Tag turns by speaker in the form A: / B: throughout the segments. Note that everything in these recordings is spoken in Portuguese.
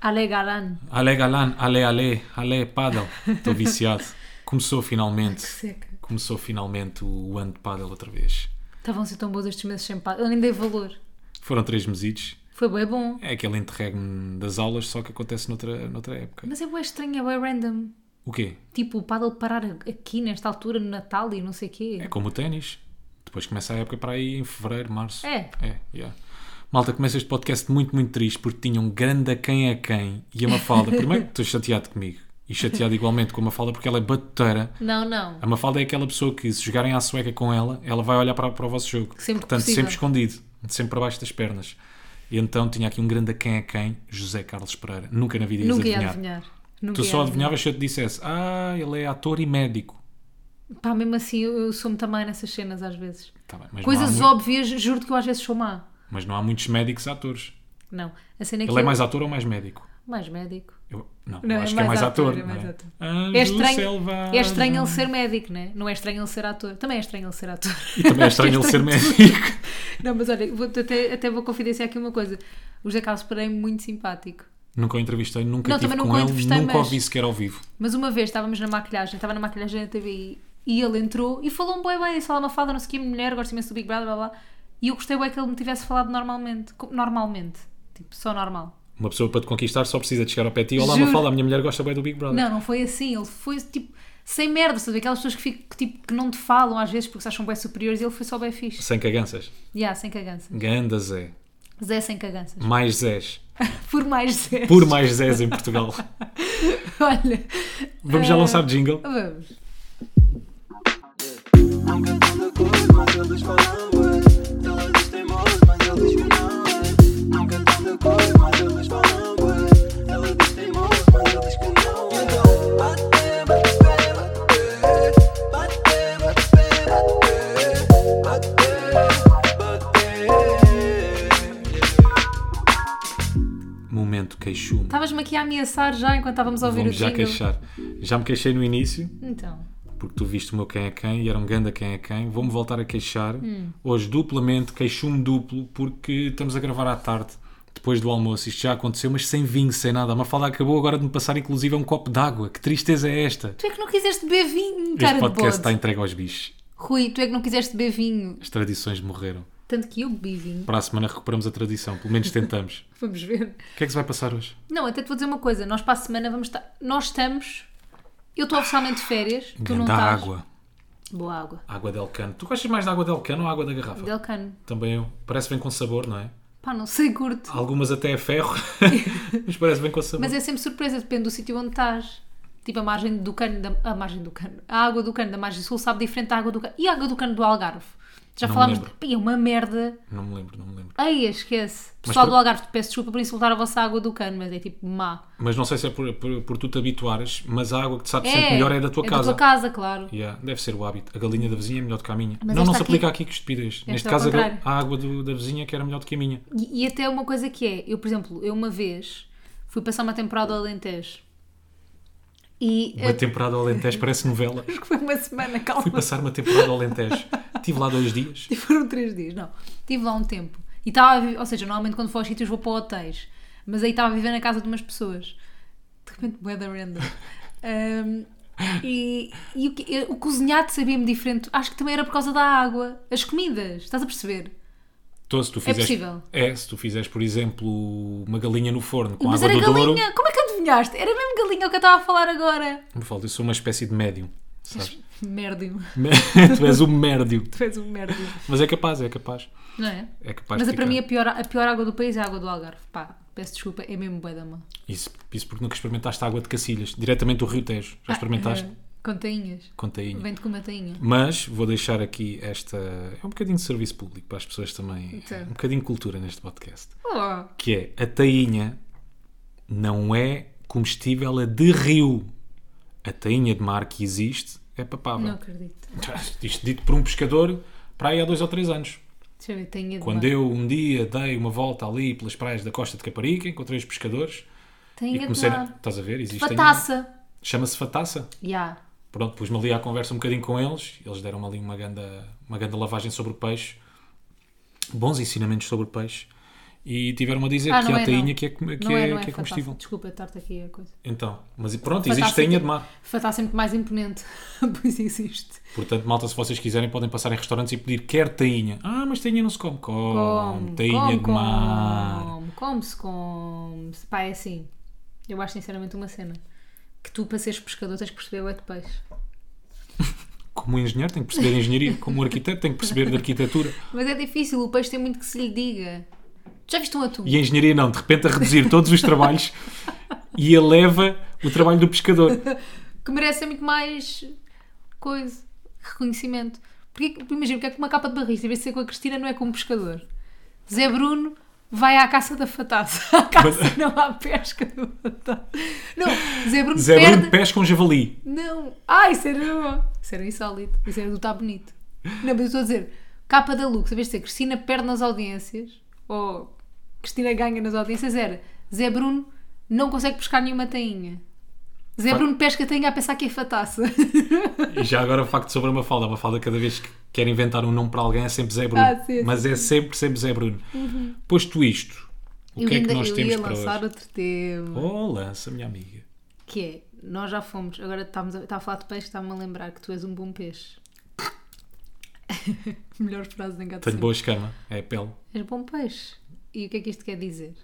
A: Ale Galan.
B: Ale Galan, Ale Ale, Ale Paddle. Estou viciado. Começou
A: Que
B: finalmente.
A: seca.
B: Começou finalmente o ano de paddle outra vez.
A: Estavam a ser tão boas estes meses sem paddle. Eu nem dei valor.
B: Foram três mesitos.
A: Foi bem bom.
B: É aquele interregno das aulas, só que acontece noutra, noutra época.
A: Mas é bem estranho, é bem random.
B: O quê?
A: Tipo, o paddle parar aqui nesta altura, no Natal e não sei o quê.
B: É como o ténis. Depois começa a época para aí em fevereiro, março.
A: É.
B: É, yeah. Malta, começa este podcast muito, muito triste porque tinha um grande a quem a quem e a Mafalda. Primeiro, estou chateado comigo e chateado igualmente com a Mafalda porque ela é bateira.
A: Não, não.
B: A Mafalda é aquela pessoa que, se jogarem à sueca com ela, ela vai olhar para, para o vosso jogo.
A: Sempre que
B: Portanto,
A: possível.
B: sempre escondido, sempre para baixo das pernas. E então tinha aqui um grande a quem a quem, José Carlos Pereira. Nunca na vida ias
A: Nunca ia
B: adivinhar.
A: adivinhar. Nunca
B: Tu
A: ia
B: só adivinhavas se eu te dissesse, ah, ele é ator e médico.
A: Pá, mesmo assim, eu, eu sou-me também nessas cenas às vezes.
B: Tá bem, mas, não há
A: Coisas
B: mu-
A: óbvias, juro-te que eu às vezes sou má.
B: mas não há muitos médicos atores.
A: Não. A cena é que
B: Ele é
A: eu-
B: mais ator ou mais médico?
A: mais médico.
B: Eu, não,
A: Não,
B: eu
A: é
B: acho que é mais
A: mais
B: ator.
A: ator, é mais
B: não é?
A: ator.
B: Anjo
A: É estranho,
B: selvagem.
A: é estranho ele ser médico, né? Não é estranho ele ser ator. Também é estranho ele ser ator.
B: E também é estranho ele ser médico.
A: Não, mas olha, vou- até, até vou confidenciar aqui uma coisa. O José Carlos Pereira é muito simpático.
B: Nunca o entrevistei, nunca
A: Não,
B: tive
A: também
B: com
A: nunca o
B: ele,
A: entrevistei,
B: nunca o
A: mas-
B: vi sequer ao vivo.
A: Mas uma vez estávamos na maquilhagem, estava na maquilhagem da TVI e ele entrou e falou um boi bem, disse lá uma fada, não sei o que, mulher, gosto imenso do Big Brother, blá blá. blá." E eu gostei bem que ele me tivesse falado normalmente. co- Normalmente. Tipo, só normal.
B: Uma pessoa para te conquistar só precisa de chegar ao pé de ti. Olá,
A: Juro.
B: uma fala, a minha mulher gosta bem do Big Brother.
A: Não, não foi assim. Ele foi tipo. Sem merda, sabe? Aquelas pessoas que, ficam, que, tipo, que não te falam às vezes porque se acham bem superiores e ele foi só bem fixe.
B: Sem caganças.
A: Ya, sem cagança.
B: Ganda Zé.
A: Zé sem caganças.
B: Mais Zés.
A: Por mais Zé.
B: Por mais Zés em Portugal.
A: Olha.
B: Vamos já
A: Eh,
B: lançar jingle.
A: Vamos.
C: Nunca estão de acordo, mas eles falam bué. Ela diz teimoso, mas ele diz que não é. Nunca estão de acordo, mas eles falam bué. Ela diz teimoso, mas ele diz que não é. Então, eh. bate, bate, bate, bate. Bate, bate, bate, bate.
B: Momento queixume.
A: Estavas-me aqui a ameaçar já enquanto estávamos Tá a ouvir
B: Vamos
A: o
B: já
A: jingle.
B: queixar. Já me queixei no início,
A: Então.
B: porque tu viste o meu quem é quem e era um ganda quem é quem. Vou-me voltar a queixar.
A: Hum.
B: Hoje duplamente, queixume duplo, porque estamos a gravar à tarde. Depois do almoço, isto já aconteceu, mas sem vinho, sem nada. A Mafalda acabou agora de me passar, inclusive, um copo d'água. Que tristeza é esta?
A: Tu é que não quiseste beber vinho, cara
B: Este
A: de bode.
B: podcast está entregue aos bichos.
A: Rui, tu é que não quiseste beber vinho.
B: As tradições morreram.
A: Tanto que eu bebi vinho.
B: Para a semana recuperamos a tradição, pelo menos tentamos.
A: Vamos ver.
B: o que é que se vai passar hoje?
A: Não, até te vou dizer uma coisa. Nós para a semana vamos estar... Nós estamos... Eu estou oficialmente de férias. Tu não
B: Ganda
A: estás.
B: água.
A: Boa água.
B: Água del cano. Tu gostas mais da água del cano ou água da garrafa?
A: Del Cano.
B: Também eu. Parece bem com sabor, não é?
A: Pá, não sei, curto.
B: Algumas até é ferro, mas parece bem com sabor.
A: Mas é sempre surpresa. Depende do sítio onde estás. Tipo, a margem do cano... Da... A margem do cano. A água do cano da margem sul sabe diferente da água do cano... E a água do cano do Algarve. Já
B: Não me
A: falámos... De...
B: lembro.
A: Pá, é uma merda.
B: Não me lembro, não me lembro.
A: Ei, esquece. Pessoal
B: por-
A: do Algarve, peço desculpa por insultar a vossa água do cano, mas é tipo má.
B: Mas não sei se é por, por, por tu te habituares, mas a água que te sabe
A: É,
B: sempre melhor é da tua casa.
A: É da tua casa, claro.
B: Yeah, deve ser o hábito. A galinha da vizinha é melhor do que a minha.
A: Mas
B: não,
A: esta
B: não se
A: aqui-
B: aplica aqui que estupidez. Neste
A: ao
B: caso, a gal-
A: contrário.
B: a água do- da vizinha que era melhor do que a minha.
A: E, e até uma coisa que é, eu, por exemplo, eu uma vez fui passar uma temporada ao Alentejo e
B: Uma temporada ao Alentejo parece novela.
A: acho que foi uma semana,
B: Fui
A: calma,
B: passar uma temporada ao Alentejo. Estive lá dois dias.
A: Tipo, foram três dias, não. Tive lá um tempo. E estava a viver, ou seja, normalmente quando vou aos sítios vou para hotéis, mas aí estava a viver na casa de umas pessoas. De repente, weather random. Ahm, e e o, que- eu- o cozinhado sabia-me diferente. Acho que também era por causa da água. As comidas, estás a perceber?
B: Então, se tu fizeres,
A: possível.
B: É, se tu fizeres, por exemplo, uma galinha no forno com
A: Mas
B: água
A: era
B: do Douro.
A: galinha! Como é que adivinhaste? Era mesmo galinha o que eu estava a falar agora.
B: Me falta, eu sou uma espécie de médium. Sabes?
A: Merda.
B: Me- tu és um médium.
A: Tu és um merda.
B: Mas é capaz, é capaz.
A: Não é?
B: É capaz
A: Mas
B: de
A: para
B: ficar.
A: mim a pior, a pior água do país é a água do Algarve. Pá, peço desculpa, é mesmo bué da má.
B: Isso, isso porque nunca experimentaste água de Cacilhas, diretamente do Rio Tejo. Já experimentaste? Hum.
A: Ah, ah, com tainhas.
B: Com tainha.
A: Vem-te com uma tainha.
B: Mas vou deixar aqui esta. É um bocadinho de serviço público para as pessoas também.
A: Então.
B: Um bocadinho de cultura neste podcast.
A: Oh,
B: Que é a tainha não é comestível, é de rio. A tainha de mar que existe é papável.
A: não acredito.
B: Isto dito por um pescador para aí há dois ou três anos.
A: Deixa eu ver, tainha de
B: Quando
A: mar.
B: eu um dia dei uma volta ali pelas praias da Costa de Caparica, encontrei os pescadores e
A: Tainha de
B: comecei. A...
A: mar.
B: Estás a ver? Existe tainha.
A: Fataça.
B: Chama-se Fataça.
A: Já.
B: Pronto, pus-me ali à conversa um bocadinho com eles. Eles deram-me ali uma ganda, uma ganda lavagem sobre o peixe. Bons ensinamentos sobre o peixe. E tiveram a dizer
A: Ah,
B: que
A: não
B: há
A: é,
B: tainha
A: não.
B: que é, que é,
A: não é, não é,
B: que é
A: fatafa.
B: comestível.
A: Desculpa, estar-te aqui a coisa.
B: Então, mas e pronto,
A: Fatafa
B: existe tainha
A: sempre-
B: de mar.
A: Fatafa sempre mais imponente. pois existe.
B: Portanto, malta, se vocês quiserem, podem passar em restaurantes e pedir quer tainha. Ah, mas tainha não se come. Come,
A: Come,
B: tainha
A: come,
B: de mar.
A: come, come-se, come-se. Pá, é assim. Eu acho sinceramente uma cena. Que tu, para seres pescador, tens que perceber o é de peixe.
B: Como engenheiro, tem que perceber de engenharia. Como arquiteto, tem que perceber de arquitetura.
A: Mas é difícil, o peixe tem muito que se lhe diga. Tu já viste um atum?
B: E a engenharia não, de repente a reduzir todos os trabalhos e eleva o trabalho do pescador.
A: Que merece muito mais coisa, reconhecimento. Porque, imagina, porque é que uma capa de barrista, em vez de ser com a Cristina, não é com um pescador. Zé Bruno vai à caça da fataça. À caça, não à pesca da fataça. Não, Zé Bruno
B: Zé
A: perde...
B: Bruno pesca um javali.
A: Não. Ah, isso era bom. Isso era insólito. Isso era do Tá Bonito. Não, mas eu estou a dizer, capa da Lux, sabes dizer, Cristina perde nas audiências, ou Cristina ganha nas audiências, era Zé Bruno não consegue pescar nenhuma tainha. Zé
B: Pá.
A: Bruno pesca tainha a pensar que é fataça.
B: E já agora o facto sobre a Mafalda. A Mafalda cada vez que quer inventar um nome para alguém é sempre Zé Bruno.
A: Ah, sim, sim,
B: Mas é sempre, sempre Zé Bruno. Posto isto, o
A: eu
B: que é
A: ainda
B: que nós
A: eu
B: temos
A: ia
B: para
A: lançar
B: hoje?
A: outro tema,
B: Oh, lança, minha amiga.
A: que é, nós já fomos, agora estamos a, estava a falar de peixe, estava-me a lembrar que tu és um bom peixe. Melhor frase de engato
B: Tenho boa escama, é pele.
A: És bom peixe. E o que é que isto quer dizer?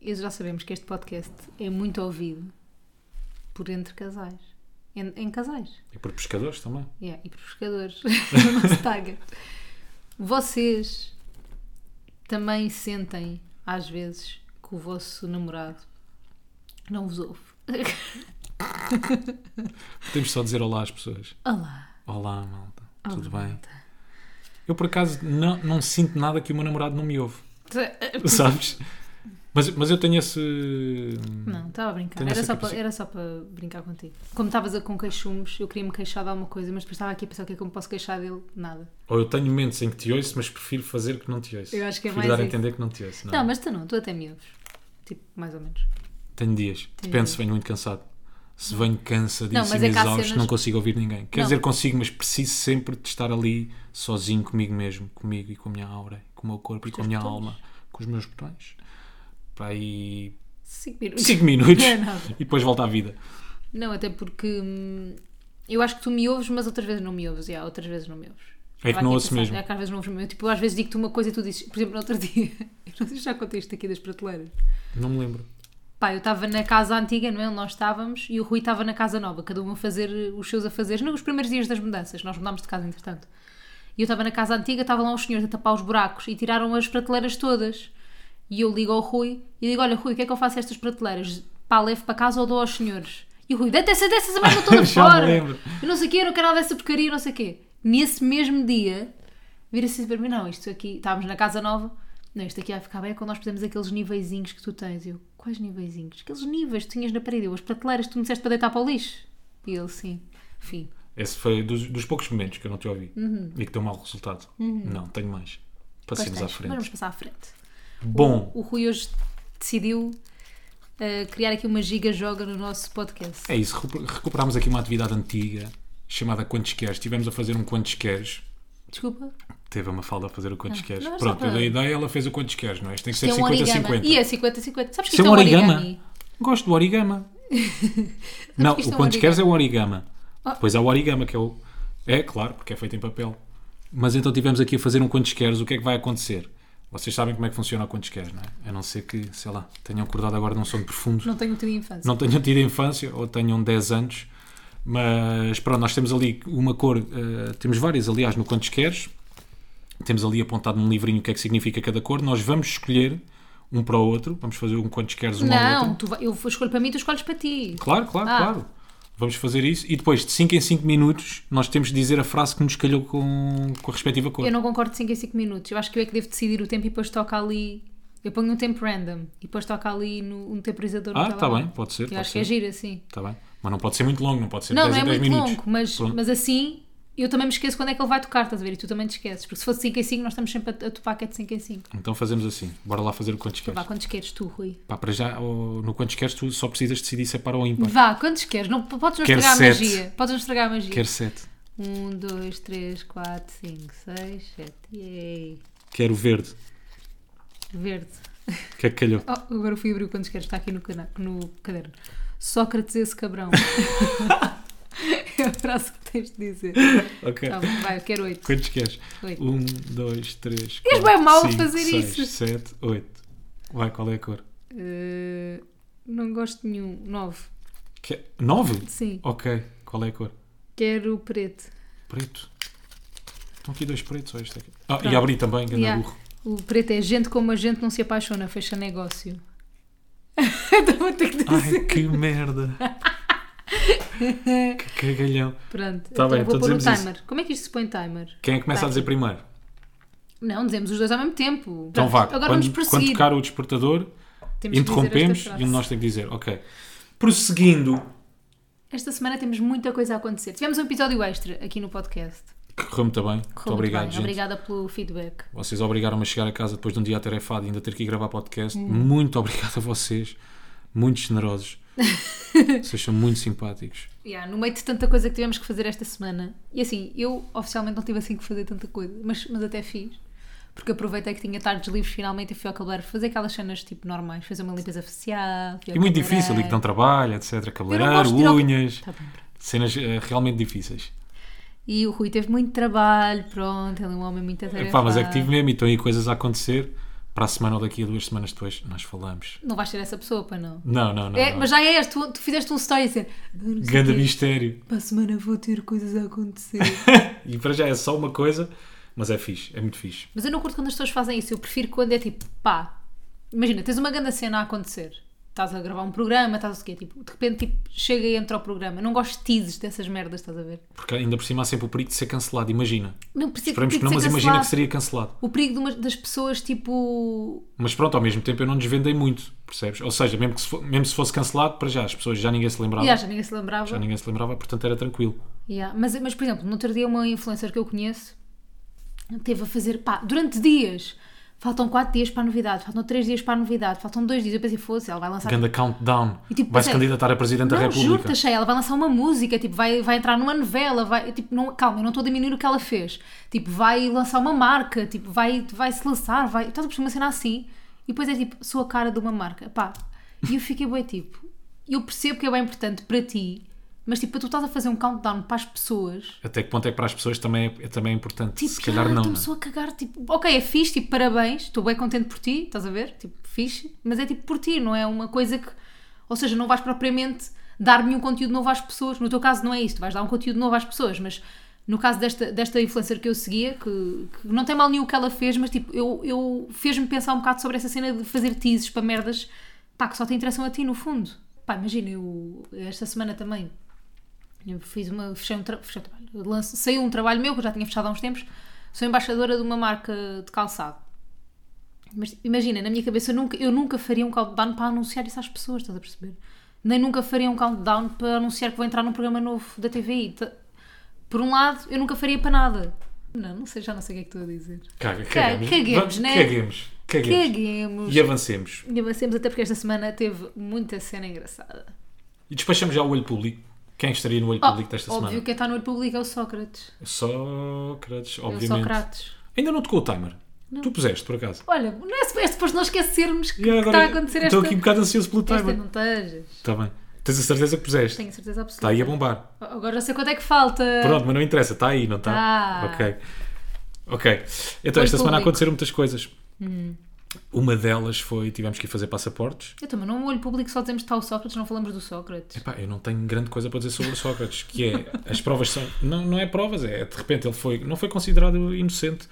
A: E já sabemos que este podcast é muito ouvido por entre casais. Em, em casais.
B: E por pescadores também.
A: Yeah, e por pescadores. no nosso target. Vocês também sentem, às vezes, que o vosso namorado não vos ouve.
B: Podemos só dizer olá às pessoas.
A: Olá.
B: Olá, malta. Tudo
A: Olá,
B: bem? Eu, por acaso, não, não sinto nada que o meu namorado não me ouve. Sabes? Mas, mas eu tenho esse...
A: Não, estava a brincar.
B: Tenho
A: Era
B: essa
A: só, para,
B: capaci-
A: era só para brincar contigo. Como estavas a- com queixumes, eu queria-me queixar de alguma coisa, mas depois estava aqui a pensar o que é que eu me posso queixar dele. Nada.
B: Ou eu tenho momentos em que te ouço, mas prefiro fazer que não te ouço.
A: Eu acho que é
B: prefiro
A: mais
B: dar
A: isso.
B: a entender que não te ouço. Não. é?
A: Não, mas tu não, tu até me ouves. Tipo, mais ou menos.
B: Tenho dias. Depende se venho muito cansado. Se venho cansadíssimo,
A: Não, mas é que há
B: exausto,
A: cenas-
B: não consigo ouvir ninguém. Quer
A: Não.
B: dizer, consigo, mas preciso sempre de estar ali sozinho comigo mesmo, comigo e com a minha aura, com o meu corpo e com a minha
A: botões?
B: alma, com os meus botões. Para aí
A: 5 minutos.
B: 5 minutos
A: Não é nada.
B: e depois volta à vida.
A: Não, até porque hum, eu acho que tu me ouves, mas outras vezes não me ouves. E há outras vezes não me ouves.
B: É que não ouço mesmo.
A: É que às vezes não ouves mesmo. Eu, tipo, eu às vezes digo-te uma coisa e tu dizes, por exemplo, no outro dia, eu não sei se já contei isto aqui das prateleiras.
B: Não me lembro.
A: Pá, eu estava na casa antiga, não é? Onde nós estávamos, e o Rui estava na casa nova, cada um a fazer os seus afazeres, não, os primeiros dias das mudanças, nós mudámos de casa entretanto. E eu estava na casa antiga, estavam lá uns senhores a tapar os buracos e tiraram as prateleiras todas. E eu ligo ao Rui e digo: Olha, Rui, o que é que eu faço a estas prateleiras? Pá, levo para casa ou dou aos senhores? E o Rui, deita essa dessas a merda toda
B: Já me
A: fora!
B: lembro.
A: Eu não sei o quê, eu não quero nada dessa porcaria, não sei o quê. Nesse mesmo dia, vira-se assim para mim: Não, isto aqui, estávamos na casa nova, não, isto aqui vai ficar bem quando nós fizemos aqueles niveizinhos que tu tens. E Eu, quais niveizinhos? Aqueles níveis que tu tinhas na parede, eu, as prateleiras que tu me disseste para deitar para o lixo. E ele, sim, enfim.
B: Esse foi dos, dos poucos momentos que eu não te ouvi
A: Uhum.
B: e que deu mau resultado. Não, tenho mais. Passemos à
A: Bastante.
B: frente.
A: Mas Vamos passar à frente.
B: Bom,
A: O Rui hoje decidiu eh, criar aqui uma giga joga no nosso podcast.
B: É isso, recu- recuperámos aqui uma atividade antiga chamada Quantos Queres. Estivemos a fazer um Quantos Queres.
A: Desculpa.
B: Teve uma falda a fazer o Quantos Queres.
A: não é só
B: Pronto,
A: para-
B: eu dei a ideia, ela fez o Quantos Queres, não é? Isto tem que ser
A: Isto é um origami.
B: 50-50.
A: E é 50-50. Sabes que
B: Isto
A: isto é um origami?
B: Gosto do origami. não,
A: que isto é
B: o
A: um
B: Quantos
A: origami?
B: Queres é o origami.
A: Ah.
B: Depois há o origami, que é o. É, claro, porque é feito em papel. Mas então estivemos aqui a fazer um Quantos Queres. O que é que vai acontecer? Vocês sabem como é que funciona o Quantos Queres, não é? A não ser que, sei lá, tenham acordado agora num sono profundo
A: Não tenho tido infância.
B: não tenham tido infância ou tenham 10 anos, mas pronto, nós temos ali uma cor, eh, temos várias, aliás, no Quantos Queres, temos ali apontado num livrinho o que é que significa cada cor, nós vamos escolher um para o outro, vamos fazer um Quantos Queres um ao
A: Não,
B: outro.
A: tu vai- eu escolho para mim, tu escolhes para ti.
B: Claro, claro,
A: Ah.
B: claro. Vamos fazer isso e depois, de 5 em 5 minutos, nós temos de dizer a frase que nos calhou com, com a respectiva cor.
A: Eu não concordo de 5 em 5 minutos. Eu acho que eu é que devo decidir o tempo e depois toca ali. Eu ponho um tempo random e depois toca ali no, um temporizador. no
B: Ah, está
A: telemóvel.
B: bem, pode ser.
A: Eu
B: Pode
A: acho que é
B: ser.
A: giro assim.
B: Tá bem. Mas não pode ser muito longo, não pode ser
A: Não,
B: 10
A: não é
B: em 10
A: muito
B: minutos.
A: longo, mas,
B: Pronto.
A: mas assim eu também me esqueço quando é que ele vai tocar, estás a ver? E tu também te esqueces. Porque se fosse 5 em 5, nós estamos sempre a, a topar que é de 5 em 5.
B: Então fazemos assim, bora lá fazer o Quantos Queres.
A: Vá, quantos queres tu, Rui?
B: Pá, para já, ou no quantos queres, tu só precisas decidir se é para ou ímpar.
A: Vá, quantos queres? Não, podes não
B: Quero
A: estragar a
B: sete.
A: magia. Podes não estragar a magia.
B: Quer 7.
A: 1, 2, 3, 4, 5, 6, 7. Yay.
B: Quero verde.
A: Verde.
B: O que é que calhou?
A: Oh, agora fui abrir o quantos queres, está aqui no, cana- no caderno. Sócrates, esse cabrão. é a frase que tens de dizer.
B: Ok.
A: Tá bom, vai, eu quero oito.
B: Quantos queres?
A: Oito.
B: Um, dois, três,
A: És
B: quatro,
A: bem mau a
B: cinco,
A: fazer
B: seis,
A: isso.
B: sete, oito. Vai, qual é a cor?
A: Eh, não gosto de nenhum. Nove.
B: Que... Nove?
A: Sim.
B: Ok. Qual é a cor?
A: Quero o preto.
B: Preto. Estão aqui dois pretos. Ou este aqui. Ah, e
A: Pronto.
B: abri também, grande
A: Yeah.
B: burro.
A: O preto é gente como a gente não se apaixona, fecha negócio. então vou ter que dizer.
B: Ai, que merda. que cagalhão.
A: Pronto,
B: Tá
A: então
B: bem,
A: vou
B: então
A: pôr o
B: dizemos isso.
A: timer. Como é que isto se põe timer?
B: Quem é que começa
A: Tá
B: a dizer primeiro?
A: Não, dizemos os dois ao mesmo tempo.
B: Então
A: Pronto,
B: vá.
A: Agora
B: quando,
A: vamos
B: quando
A: prosseguir.
B: tocar o despertador,
A: Temos que dizer
B: interrompemos
A: esta
B: e
A: frase.
B: nós temos que dizer. Ok. Prosseguindo.
A: Esta semana temos muita coisa a acontecer. Tivemos um episódio extra aqui no podcast.
B: Que correu muito bem. muito
A: Correu muito
B: obrigado,
A: bem.
B: gente.
A: Obrigada pelo feedback.
B: Vocês obrigaram-me a chegar a casa depois de um dia atarefado e ainda ter que ir gravar
A: Hum.
B: podcast. Muito obrigado a vocês. Muito generosos. vocês são muito simpáticos.
A: Yeah, no meio de tanta coisa que tivemos que fazer esta semana, e assim, eu oficialmente não tive assim que fazer tanta coisa, mas, mas até fiz, porque aproveitei que tinha tardes livres finalmente e fui ao cabeleireiro fazer aquelas cenas tipo normais, fazer uma limpeza facial.
B: É muito difícil, então. e que não trabalho, etc. Cabeleireiro,
A: gosto de ir ao-
B: unhas.
A: Tá bem, pronto.
B: Cenas eh, realmente difíceis.
A: E o Rui teve muito trabalho, pronto, ele é um homem muito atarefado.
B: Epá, mas é que tive mesmo e estão aí coisas a acontecer. Para a semana ou daqui a duas semanas depois nós falamos.
A: Não vais ser essa pessoa, para não.
B: Não, não, não.
A: É,
B: não.
A: mas já és, tu, tu fizeste um story a dizer, "Eu não sei
B: Ganda
A: o quê,
B: mistério.
A: para a semana vou ter coisas a acontecer.
B: E para já é só uma coisa, mas é fixe, é muito fixe.
A: Mas eu não curto quando as pessoas fazem isso. Eu prefiro quando é tipo, pá, imagina, tens uma grande cena a acontecer. Estás a gravar um programa, estás a sei o quê, tipo, de repente tipo, chega e entra ao programa. Não gosto de teases dessas merdas, estás a ver?
B: Porque ainda por cima há sempre o perigo de ser cancelado, imagina.
A: Não precisa
B: Esperemos que
A: tem
B: não,
A: ser
B: mas imagina que
A: cancelado.
B: seria cancelado.
A: O perigo de uma- das pessoas, tipo.
B: Mas pronto, ao mesmo tempo eu não desvendei muito, percebes? Ou seja, mesmo, que se, fo- mesmo se fosse cancelado, para já as pessoas já ninguém se lembrava.
A: Yeah, já ninguém se lembrava.
B: Já ninguém se lembrava, portanto era tranquilo.
A: Yeah, Mas, mas, por exemplo, no outro dia, uma influencer que eu conheço teve a fazer, pá, durante dias. Faltam 4 dias para a novidade, faltam 3 dias para a novidade, faltam 2 dias. Eu pensei, fosse, ela vai lançar
B: Ganda countdown.
A: Tá. E, tipo,
B: Vai-se
A: pensei,
B: candidatar a Presidente da
A: Não, juro-te,
B: República.
A: achei. Ela vai lançar uma música, tipo, vai, vai entrar numa novela, vai, tipo, não, calma, eu não estou a diminuir o que ela fez. Tipo, vai lançar uma marca, tipo, vai, vai se lançar, vai. Estás a perceber uma cena assim? E depois é tipo, sou a cara de uma marca. Pá, e eu fiquei bem tipo, eu percebo que é bem importante para ti, mas tipo, tu estás a fazer um countdown para as pessoas.
B: Até que ponto é que para as pessoas também é, é também importante?
A: Tipo,
B: se calhar não.
A: estou-me
B: não é?
A: só a cagar, tipo, ok, é fixe, tipo, parabéns, estou bem contente por ti, estás a ver? Tipo, fixe, mas é tipo por ti, não é uma coisa que, ou seja, não vais propriamente dar nenhum conteúdo novo às pessoas, no teu caso não é isso, tu vais dar um conteúdo novo às pessoas, mas no caso desta, desta influencer que eu seguia, que, que não tem mal nenhum o que ela fez, mas tipo, eu, eu fez-me pensar um bocado sobre essa cena de fazer teases para merdas, pá, que só te interessam a ti no fundo. Pá, imagina, eu esta semana também eu fiz uma, fechei um, tra- fechei um trabalho, Eu lance- saiu um trabalho meu que eu já tinha fechado há uns tempos. Sou embaixadora de uma marca de calçado. Mas imagina, na minha cabeça eu nunca, eu nunca faria um countdown para anunciar isso às pessoas, estás a perceber? Nem nunca faria um countdown para anunciar que vou entrar num programa novo da TVI. Ta- Por um lado, eu nunca faria para nada. Não, não sei, já não sei o que é que estou a dizer.
B: Caga,
A: Ca-
B: cagamos.
A: caguemos,
B: Vamos-
A: né?
B: Caguemos. Caguemos.
A: Caguemos.
B: E avancemos.
A: E avancemos até porque esta semana teve muita cena engraçada.
B: E despachamos já o olho público. Quem estaria no olho
A: Oh,
B: público desta
A: óbvio
B: semana?
A: que está no olho público é o Sócrates.
B: Sócrates,
A: É o
B: obviamente.
A: Sócrates.
B: Ainda não tocou o timer. Tu puseste, por acaso.
A: Olha, não é suposto depois nós esquecermos que,
B: E agora
A: está a acontecer esta.
B: Estou aqui um bocado ansioso pelo
A: esta
B: timer.
A: não estejas.
B: Está bem. Tens a certeza que puseste?
A: Tenho certeza
B: Está
A: absoluta.
B: Tá aí a bombar.
A: Agora já sei quanto é que falta.
B: Pronto, mas não interessa, está aí, não está?
A: Tá.
B: Ok. Ok. Então,
A: Olho
B: esta semana
A: público. Hum.
B: aconteceram muitas coisas. Uma delas foi, tivemos que ir fazer passaportes.
A: Eu também não olho público, só dizemos que está o Sócrates, não falamos do Sócrates.
B: Epá, eu não tenho grande coisa para dizer sobre o Sócrates, que é, as provas são, não, não é provas, é, de repente ele foi, não foi considerado inocente,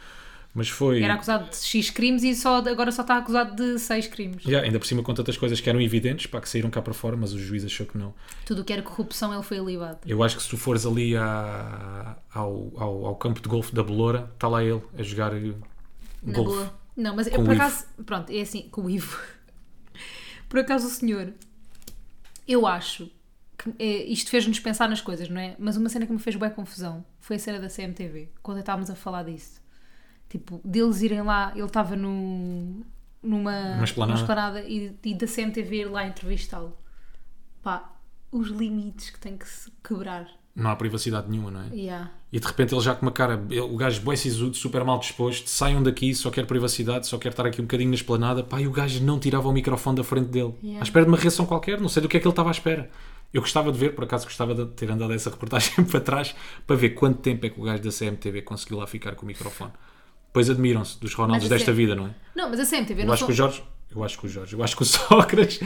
B: mas foi,
A: Era acusado de X crimes e só, agora só está acusado de 6 crimes.
B: Yeah, ainda por cima com tantas coisas que eram evidentes, pá, que saíram cá para fora, mas o juiz achou que não.
A: Tudo o que era corrupção, ele foi alibado.
B: Eu acho que se tu fores ali à- ao, ao, ao campo de golfe da Beloura, está lá ele a jogar eh,
A: Na
B: golfe.
A: boa. Não, mas
B: Com
A: eu por
B: o Ivo.
A: acaso. Pronto, é assim, com o Ivo. por acaso o senhor. Eu acho que eh, isto fez-nos pensar nas coisas, não é? Mas uma cena que me fez bem confusão foi a cena da CMTV, quando estávamos a falar disso. Tipo, deles irem lá, ele estava no, numa,
B: Numa esplanada.
A: esplanada e, e da CMTV ir lá entrevistá-lo. Pá, os limites que tem que se quebrar.
B: não há privacidade nenhuma, não é?
A: Yeah.
B: E de repente ele já com uma cara, ele- o gajo boi sisudo, super mal disposto, saiam daqui, só quer privacidade, só quer estar aqui um bocadinho na esplanada. Pá, e o gajo não tirava o microfone da frente dele.
A: Yeah.
B: À espera de uma reação qualquer, não sei do que é que ele estava à espera. Eu gostava de ver, por acaso gostava de ter andado essa reportagem para trás, para ver quanto tempo é que o gajo da CMTV conseguiu lá ficar com o microfone. Pois admiram-se dos Ronaldos
A: Mas a
B: desta
A: sé-
B: vida, não é?
A: Não, mas a CMTV
B: Eu
A: não
B: acho
A: sou...
B: que o Jorge, eu acho que o Jorge, eu acho que o Sócrates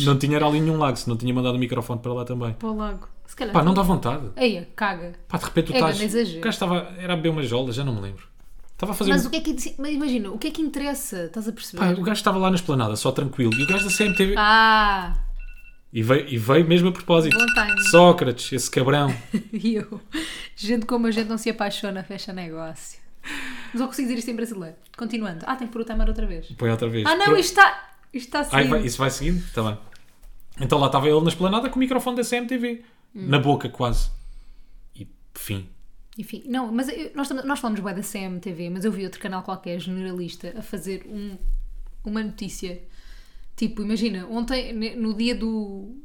B: não tinha ali nenhum lago, se não tinha mandado o microfone para lá também.
A: Para o lago. Se calhar.
B: Pá, não dá vontade.
A: Eia, caga.
B: Pá, de repente tu
A: É
B: estás.
A: grande exagero.
B: O gajo estava. Era a beber uma jola, já não me lembro. Estava a fazer.
A: Mas
B: um-
A: o que é que. Mas imagina, o que é que interessa? Estás a perceber?
B: Pá, o gajo estava lá na esplanada, só tranquilo. E o gajo da CMTV.
A: Ah!
B: E, veio, e veio mesmo a propósito.
A: Bom timing.
B: Sócrates, esse cabrão.
A: E eu. Gente como a gente não se apaixona, fecha negócio. Mas eu consigo dizer isto em brasileiro. Continuando. Ah, tenho que pôr o timer outra vez.
B: Põe outra vez.
A: Ah, não,
B: Pro-
A: isto é está. Isto está assim. a
B: Ai,
A: sair.
B: vai- isso vai seguindo? Está bem. Então lá estava ele na esplanada com o microfone da CMTV.
A: Hum.
B: Na boca, quase. E fim.
A: Enfim, não, mas eu- nós, tam- nós falamos bem da CMTV, mas eu vi outro canal qualquer, generalista, a fazer um, uma notícia. Tipo, imagina, ontem, ne- no dia do,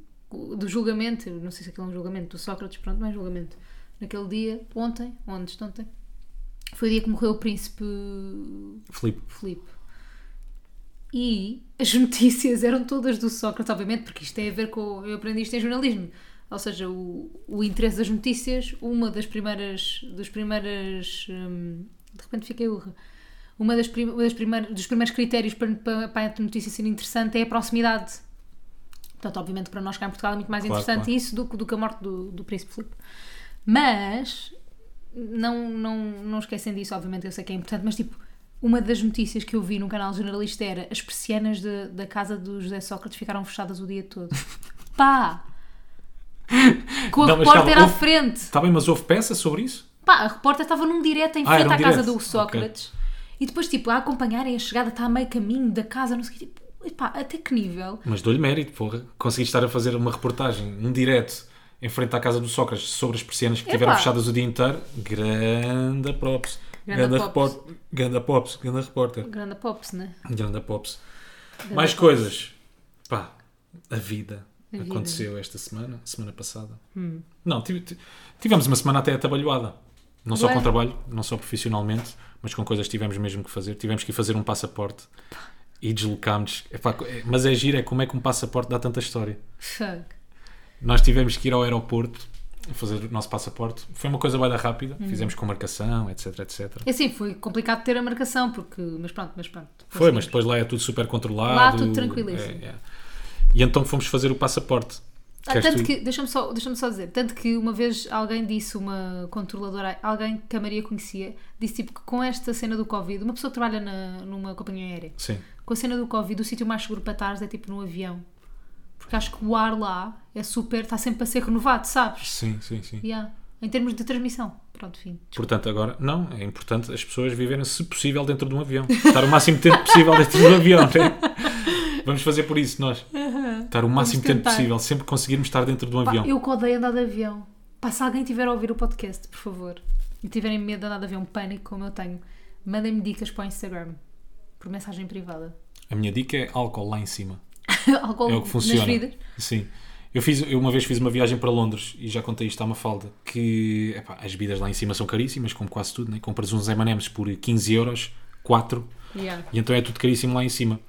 A: do julgamento, não sei se aquilo é um julgamento, do Sócrates, pronto, não é julgamento. Naquele dia, ontem, onde ontem, foi o dia que morreu o príncipe
B: Filipe.
A: Filipe. E as notícias eram todas do Sócrates, obviamente, porque isto tem a ver com. Eu aprendi isto em jornalismo. Ou seja, o, o interesse das notícias, uma das primeiras. dos primeiras. hum, de repente fiquei urra. Uma das, prim, uma das primeiras, dos primeiros critérios para, para, para a notícia ser interessante é a proximidade. Portanto, obviamente, para nós cá em Portugal é muito mais
B: Claro,
A: interessante
B: claro.
A: isso do, que- do que a morte do, do Príncipe Filipe. Mas não, não, não esquecem disso, obviamente eu sei que é importante, mas tipo, uma das notícias que eu vi no canal jornalista era as persianas de- da casa do José Sócrates ficaram fechadas o dia todo. Pá! Com a
B: Não, mas
A: repórter
B: calma,
A: à
B: houve-
A: frente.
B: Está Tá bem, mas houve peça sobre isso?
A: Pá, a repórter estava num direto em
B: Ah,
A: frente
B: era um
A: à casa
B: direto.
A: do Sócrates. E depois, tipo, a acompanharem a chegada, está a meio caminho da casa, não sei o quê. Tipo, epá, até que nível?
B: Mas dou-lhe mérito, porra. Conseguiste estar a fazer uma reportagem, um direto, em frente à casa do Sócrates, sobre as persianas que estiveram fechadas o dia inteiro. Grande props.
A: Ganda
B: Ganda
A: pops.
B: repórter. Ganda pops. Ganda repórter.
A: Grande pops, né?
B: Ganda pops.
A: Ganda
B: Mais
A: pops.
B: coisas. Pá, a vida
A: A vida. Hum.
B: aconteceu esta semana, semana passada. Não, tive- ti- tivemos uma semana até atabalhoada. Não só
A: Ué.
B: com trabalho, não só profissionalmente, mas com coisas que tivemos mesmo que fazer. Tivemos que ir fazer um passaporte e deslocámos. Epá, co- é- mas é giro, é como é que um passaporte dá tanta história.
A: Fuck.
B: Nós tivemos que ir ao aeroporto fazer o nosso passaporte. Foi uma coisa bem rápida,
A: Hum.
B: fizemos com marcação, etc, etc.
A: É assim, foi complicado ter a marcação, porque. Mas pronto, mas pronto.
B: Foi, mas depois lá é tudo super controlado.
A: Lá tudo tranquilíssimo.
B: É, é. E então fomos fazer o passaporte.
A: Ah,
B: Queres
A: tanto
B: tu-
A: que, deixa-me só, deixa só dizer, tanto que uma vez alguém disse, uma controladora, alguém que a Maria conhecia, disse tipo que com esta cena do Covid, uma pessoa que trabalha na- numa companhia aérea,
B: Sim.
A: com a cena do Covid, o sítio mais seguro para estares é tipo no avião. Porque acho que o ar lá é super, está sempre a ser renovado, sabes?
B: Sim, sim, sim.
A: Yeah. Em termos de transmissão. Pronto, fim.
B: Portanto, agora, não, é importante as pessoas viverem, se possível, dentro de um avião. Estar o máximo tempo possível dentro do avião, né? Vamos fazer por isso, nós. Estar o máximo tempo
A: tentar.
B: possível, sempre conseguirmos estar dentro de um
A: Pá,
B: avião.
A: eu que odeio andar de avião. Pá, se alguém tiver a ouvir o podcast, por favor, e tiverem medo de andar de avião, pânico como eu tenho, mandem-me dicas para o Instagram. Por mensagem privada.
B: A minha dica é álcool lá em cima.
A: álcool
B: É o que funciona.
A: nas vidas.
B: Sim. Eu, fiz, eu uma vez fiz uma viagem para Londres e já contei isto à Mafalda que epá, as bebidas lá em cima são caríssimas, como quase tudo, né? compras uns M&M's por 15 euros, 4
A: Yeah.
B: e então é tudo caríssimo lá em cima.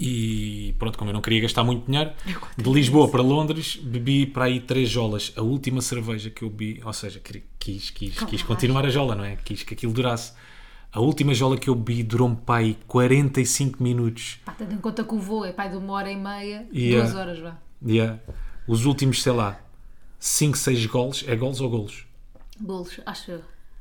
B: E pronto, como eu não queria gastar muito dinheiro, de Lisboa para Londres bebi para aí 3 jolas, a última cerveja que eu bebi, ou seja, queri- quis, quis, quis
A: Claro.
B: continuar a jola, não é? Quis que aquilo durasse. A última jola que eu bebi durou-me para aí 45 minutos.
A: Pá, tendo em conta que o voo é pai de uma hora e meia,
B: Yeah.
A: duas horas vá.
B: Yeah. Os últimos, sei lá, 5, 6 gols. É gols ou golos?
A: Bolos, acho eu.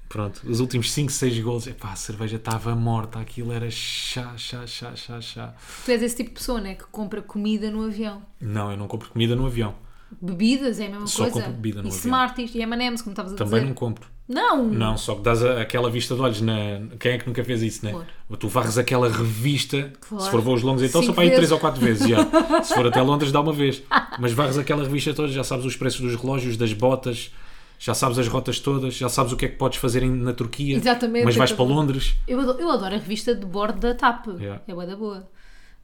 B: Pronto, os últimos 5, 6 gols. Epá, a cerveja estava morta, aquilo era chá, chá, chá, chá, chá.
A: Tu és esse tipo de pessoa, né? Que compra comida no avião.
B: Não, eu não compro comida no avião.
A: Bebidas é a mesma
B: Só
A: coisa.
B: compro bebida no
A: e
B: avião.
A: Smarties e M&M's, como estavas a
B: Também não
A: dizer.
B: compro.
A: Não!
B: Não, só que dás a- aquela vista de olhos. Na... Quem é que nunca fez isso, né?
A: Claro.
B: Ou tu varres aquela revista.
A: Claro.
B: Se for voos longos, então só
A: Cinco
B: para ir
A: vezes.
B: 3 ou 4 vezes. já. Se for até Londres, dá uma vez. Mas varres aquela revista toda, já sabes os preços dos relógios, das botas, já sabes as rotas todas, já sabes o que é que podes fazer em- na Turquia.
A: Exatamente,
B: Mas vais
A: eu
B: para
A: também.
B: Londres.
A: Eu adoro, eu adoro a revista de bordo da TAP.
B: Yeah.
A: É boa da boa.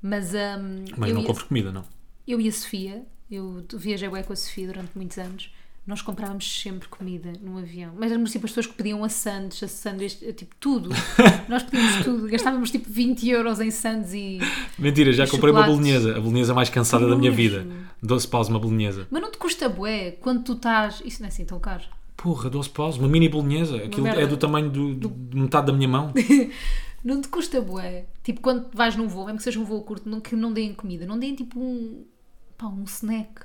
A: Mas, hum,
B: Mas
A: eu
B: não
A: ia-
B: compro comida, não.
A: Eu e a Sofia, eu viajei bem com a Sofia durante muitos anos Nós comprávamos sempre comida no avião. Mas éramos tipo as pessoas que pediam a sandes, a sandes, tipo tudo. Nós pedíamos tudo. Gastávamos tipo 20 euros em sandes e.
B: Mentira, já
A: E
B: comprei uma
A: chocolates.
B: bolonhesa, a bolonhesa mais cansada da minha
A: nojo.
B: vida. 12 paus uma bolonhesa.
A: Mas não te custa bué quando tu estás. Isso não é assim tão caro.
B: Porra, 12 paus, uma mini bolonhesa. Aquilo
A: merda.
B: é do tamanho do, do- de metade da minha mão.
A: Não te custa bué. Tipo, quando vais num voo, mesmo que seja um voo curto, não, que não deem comida. Não deem tipo um... Pá, um snack.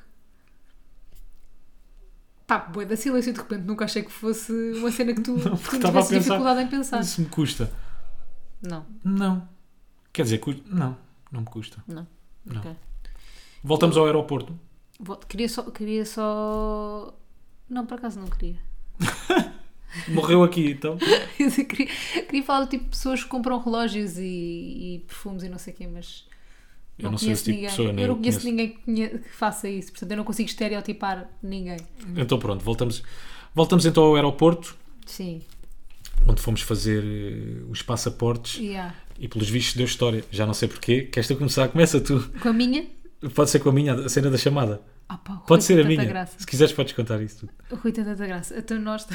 A: Pá, bué da silêncio de repente. Nunca achei que fosse uma cena que tu, que tu
B: estava a
A: tivesse
B: pensar.
A: dificuldade em pensar.
B: Isso me custa.
A: Não,
B: Não. Quer dizer, cu- não, não me custa.
A: não.
B: Não.
A: Ok.
B: Voltamos ao aeroporto.
A: Vou- Queria só... Queria só... Não, por acaso não queria.
B: Morreu aqui, então.
A: Eu queria, queria falar do tipo de pessoas que compram relógios e, e perfumes e não sei o quê, mas
B: Eu não sei
A: conheço
B: esse tipo de
A: ninguém.
B: pessoa, nem
A: Eu
B: eu
A: não conheço,
B: conheço.
A: ninguém que, conhe- que faça isso, portanto eu não consigo estereotipar ninguém.
B: Então pronto, voltamos, voltamos então ao aeroporto,
A: Sim,
B: onde fomos fazer eh, os passaportes
A: yeah.
B: e pelos vistos deu história. Já não sei porquê. Queres tu começar? Começa tu.
A: com a minha.
B: Pode ser com a minha, a cena da chamada.
A: Ah pá, o Rui
B: Pode
A: tem
B: ser a
A: tanta
B: minha.
A: Graça.
B: Se quiseres podes contar isso tudo.
A: O Rui tem tanta graça. Então nós.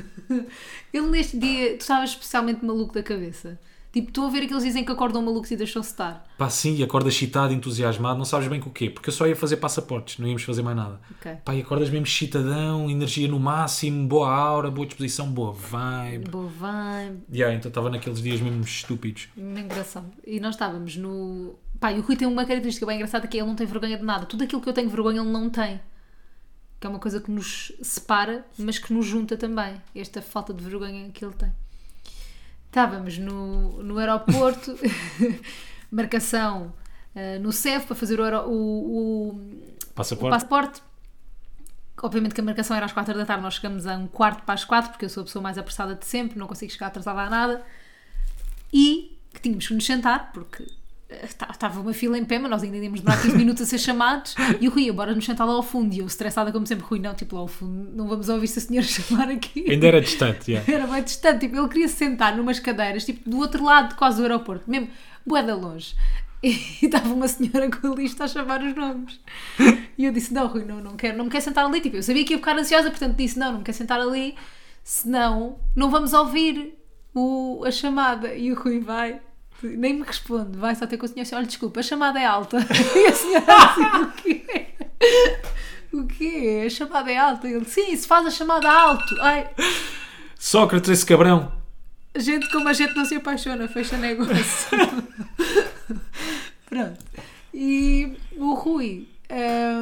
A: Ele neste dia, tu estavas especialmente maluco da cabeça. Tipo, estou a ver aqueles dizem que acordam malucos e deixam-se estar.
B: Pá, sim, e acordas excitado, entusiasmado, não sabes bem com o quê, porque eu só ia fazer passaportes, não íamos fazer mais nada.
A: Ok.
B: Pá, e acordas mesmo excitadão, energia no máximo, boa aura, boa disposição, boa vibe.
A: Boa vibe,
B: Yeah, então estava naqueles dias mesmo estúpidos.
A: Bem engraçado. E nós estávamos no. Pá, e o Rui tem uma característica bem engraçada que é ele não tem vergonha de nada. Tudo aquilo que eu tenho vergonha ele não tem. Que é uma coisa que nos separa, mas que nos junta também. Esta falta de vergonha que ele tem. Estávamos no, no aeroporto, marcação eh, no CEF para fazer o, aero- o- o- o
B: Passaporte?
A: passaporte. Obviamente que a marcação era às 4 da tarde, nós chegamos a um quarto para as 4, porque eu sou a pessoa mais apressada de sempre, não consigo chegar atrasada a nada. E que tínhamos que nos sentar, porque eh, ta- estava uma fila em pé, mas nós ainda íamos demorar 15 minutos a ser chamados. E o Rui, bora nos sentar lá ao fundo. E eu, estressada como sempre, Rui, não, tipo lá ao fundo, não vamos ouvir se a senhora chamar aqui.
B: Ainda era distante, yeah.
A: Era bem distante, tipo, ele queria se sentar numas cadeiras, tipo, do outro lado quase do aeroporto, mesmo, bué da longe. E estava uma senhora com a lista a chamar os nomes. E eu disse, não, Rui, não, não quero, não me quero sentar ali. Tipo, eu sabia que ia ficar ansiosa, portanto disse, não, não me quero sentar ali, senão não vamos ouvir o, a chamada. E o Rui vai, nem me responde, vai só ter com a senhora, assim, olha, desculpa, a chamada é alta. E a senhora assim, o quê? O quê? A chamada é alta? Ele, sim, se faz a chamada alto. Ai,
B: Sócrates, esse cabrão!
A: Gente como a gente não se apaixona, fecha negócio. Pronto. E o Rui.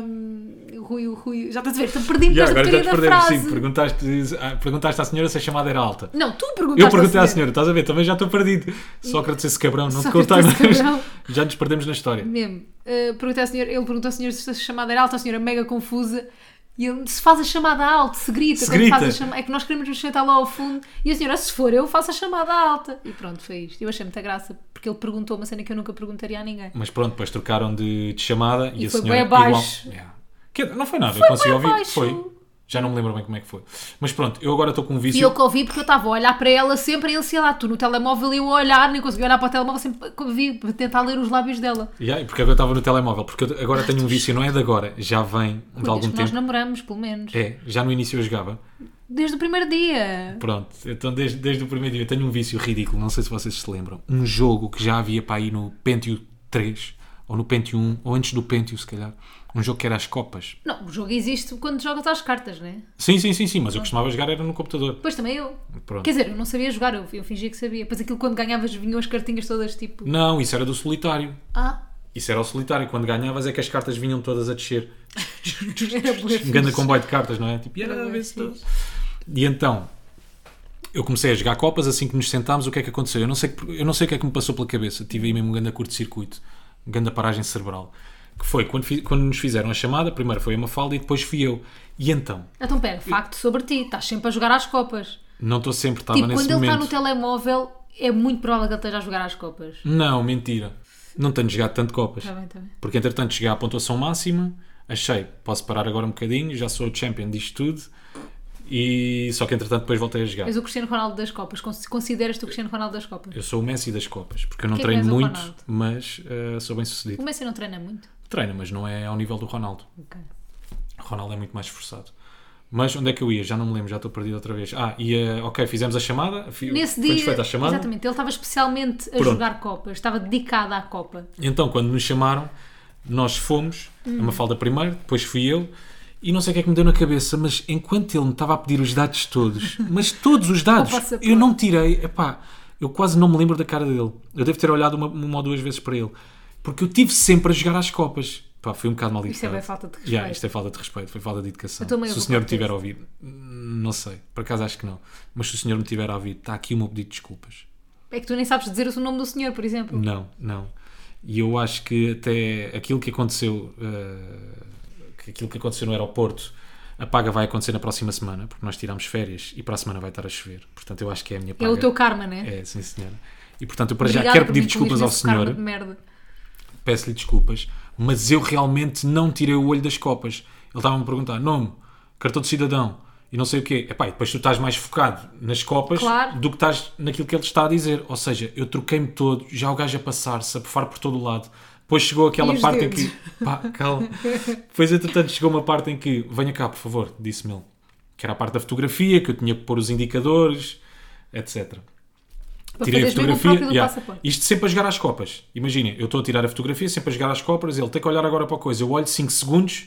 A: hum, o Rui, o Rui. Já estás a ver? Então perdi-me
B: Yeah,
A: yeah,
B: agora já te
A: da
B: perdemos,
A: frase.
B: sim. Perguntaste, ah, perguntaste à senhora se a chamada era alta.
A: Não, tu perguntaste.
B: Eu perguntei
A: à
B: à senhora, estás a ver? Também já estou perdido. Sócrates, esse cabrão, não te
A: Sócrates,
B: contei
A: esse
B: mais.
A: cabrão.
B: Já nos perdemos na história.
A: Mesmo. Uh, perguntei à senhora, ele perguntou à senhora se a chamada era alta, a senhora mega confusa. E ele, se faz a chamada alta, se grita,
B: Se
A: quando
B: grita.
A: faz a chamada. É que nós queremos nos sentar lá ao fundo. E a senhora, se for eu, faço a chamada alta. E pronto, foi isto. Eu achei muita graça, porque ele perguntou uma cena que eu nunca perguntaria a ninguém.
B: Mas pronto, depois trocaram de, de chamada e,
A: E
B: a
A: foi
B: senhora.
A: bem abaixo.
B: igual- Yeah. Que- não foi nada, eu consegui
A: bem
B: ouvir.
A: abaixo.
B: Foi. Já não me lembro bem como é que foi. Mas pronto, eu agora estou com um
A: E
B: vício.
A: eu que ouvi porque eu estava a olhar para ela sempre e ele, sei lá, tu no telemóvel e eu a olhar, nem conseguia olhar para o telemóvel, sempre vi para tentar ler os lábios dela.
B: Yeah, porque agora eu estava no telemóvel, porque eu agora tenho um vício, não é de agora, já vem de algum
A: Desde que nós
B: tempo.
A: namoramos, pelo menos.
B: É, já no início eu jogava.
A: Desde o primeiro dia.
B: Pronto, então desde, desde o primeiro dia eu tenho um vício ridículo, não sei se vocês se lembram. Um jogo que já havia para aí no Pentium 3, ou no Pentium 1, ou antes do Pentium, se calhar. Um jogo que era as copas.
A: Não, o jogo existe quando jogas às cartas, né?
B: Sim, sim, sim, sim, mas eu costumava jogar era no computador.
A: Depois também eu.
B: Pronto.
A: Quer dizer, eu não sabia jogar, eu, eu fingia que sabia. Pois aquilo quando ganhavas vinham as cartinhas todas tipo.
B: Não, isso era do solitário.
A: Ah,
B: Isso era o solitário. Quando ganhavas é que as cartas vinham todas a descer.
A: era é bué
B: Um grande
A: fixe.
B: comboio de cartas, não é? Tipo,
A: Era
B: "Yeah,
A: bué
B: vê-se
A: fixe.
B: tudo." E então, eu comecei a jogar copas, assim que nos sentámos, o que é que aconteceu? Eu não sei, que- eu não sei o que é que me passou pela cabeça. Tive aí mesmo um grande curto-circuito, uma grande paragem cerebral. Que foi quando, fi- quando nos fizeram a chamada, primeiro foi a Mafalda e depois fui eu. E então,
A: Então pera, facto sobre ti, estás sempre a jogar às copas.
B: não estou sempre, estava
A: Tipo,
B: nesse
A: quando ele está
B: momento.
A: no telemóvel, é muito provável que ele esteja a jogar às copas.
B: Não, mentira. Não tenho jogado tanto copas.
A: Está Tá bem, está bem.
B: Porque entretanto cheguei à pontuação máxima, achei, posso parar agora um bocadinho, já sou o champion disto tudo, e só que entretanto depois voltei a jogar.
A: És o Cristiano Ronaldo das Copas. Con- Consideras-te o Cristiano Ronaldo das Copas?
B: Eu sou o Messi das Copas, porque eu não
A: Porquê que
B: treino
A: não és o
B: muito,
A: Ronaldo?
B: mas eh, sou bem sucedido.
A: O Messi não treina muito.
B: Treino, mas não é ao nível do Ronaldo.
A: Ok.
B: O Ronaldo é muito mais esforçado. Mas onde é que eu ia? Já não me lembro, já estou perdido outra vez. Ah, e eh, ok, fizemos a chamada. fi-
A: Nesse
B: foi-nos
A: dia,
B: feita a chamada.
A: exatamente, ele estava especialmente a
B: Pronto.
A: jogar Copa, estava dedicado à Copa.
B: Então, quando nos chamaram, nós fomos,
A: Hum.
B: a Mafalda primeiro, depois fui eu, e não sei o que é que me deu na cabeça, mas enquanto ele me estava a pedir os dados todos, mas todos os dados,
A: O passaporte.
B: eu não tirei, epá, eu quase não me lembro da cara dele. Eu devo ter olhado uma, uma ou duas vezes para ele, porque eu tive sempre a jogar às copas. Pá, fui um bocado mal
A: Isto é
B: educado.
A: bem falta de respeito.
B: Já, isto é falta de respeito, foi falta de educação.
A: Eu também
B: Se o
A: vou
B: senhor me
A: cortar
B: tiver a ouvir, hum, não sei, por acaso acho que não, mas se o senhor me tiver a ouvir, está aqui o meu pedido de desculpas.
A: É que tu nem sabes dizer o nome do senhor, por exemplo.
B: Não, não. E eu acho que até aquilo que aconteceu, eh, que aquilo que aconteceu no aeroporto, a paga vai acontecer na próxima semana, porque nós tiramos férias e para a semana vai estar a chover. Portanto, eu acho que é a minha
A: É
B: paga.
A: o teu karma, né?
B: É, sim, senhora. E portanto, eu para já
A: Obrigada
B: quero
A: por
B: pedir
A: me incluir
B: desculpas ao
A: nesse karma
B: senhor,
A: de merda.
B: peço-lhe desculpas, mas eu realmente não tirei o olho das copas. Ele estava-me a perguntar nome, cartão de cidadão e não sei o quê. Epá, e depois tu estás mais focado nas copas
A: Claro.
B: do que estás naquilo que ele está a dizer. Ou seja, eu troquei-me todo, já o gajo a passar-se, a bufar por todo o lado. Depois chegou aquela
A: E os
B: parte em
A: dedos?
B: que. Pá, calma. Depois, entretanto, chegou uma parte em que. Venha cá, por favor, disse-me ele. Que era a parte da fotografia, que eu tinha que pôr os indicadores, etc.
A: Para
B: Tirei
A: fazeres
B: a
A: mesmo o
B: fotografia.
A: próprio do
B: yeah.
A: passaporte.
B: Isto sempre a jogar às copas. Imaginem, eu estou a tirar a fotografia, sempre a jogar às copas, ele tem que olhar agora para a coisa. Eu olho 5 segundos,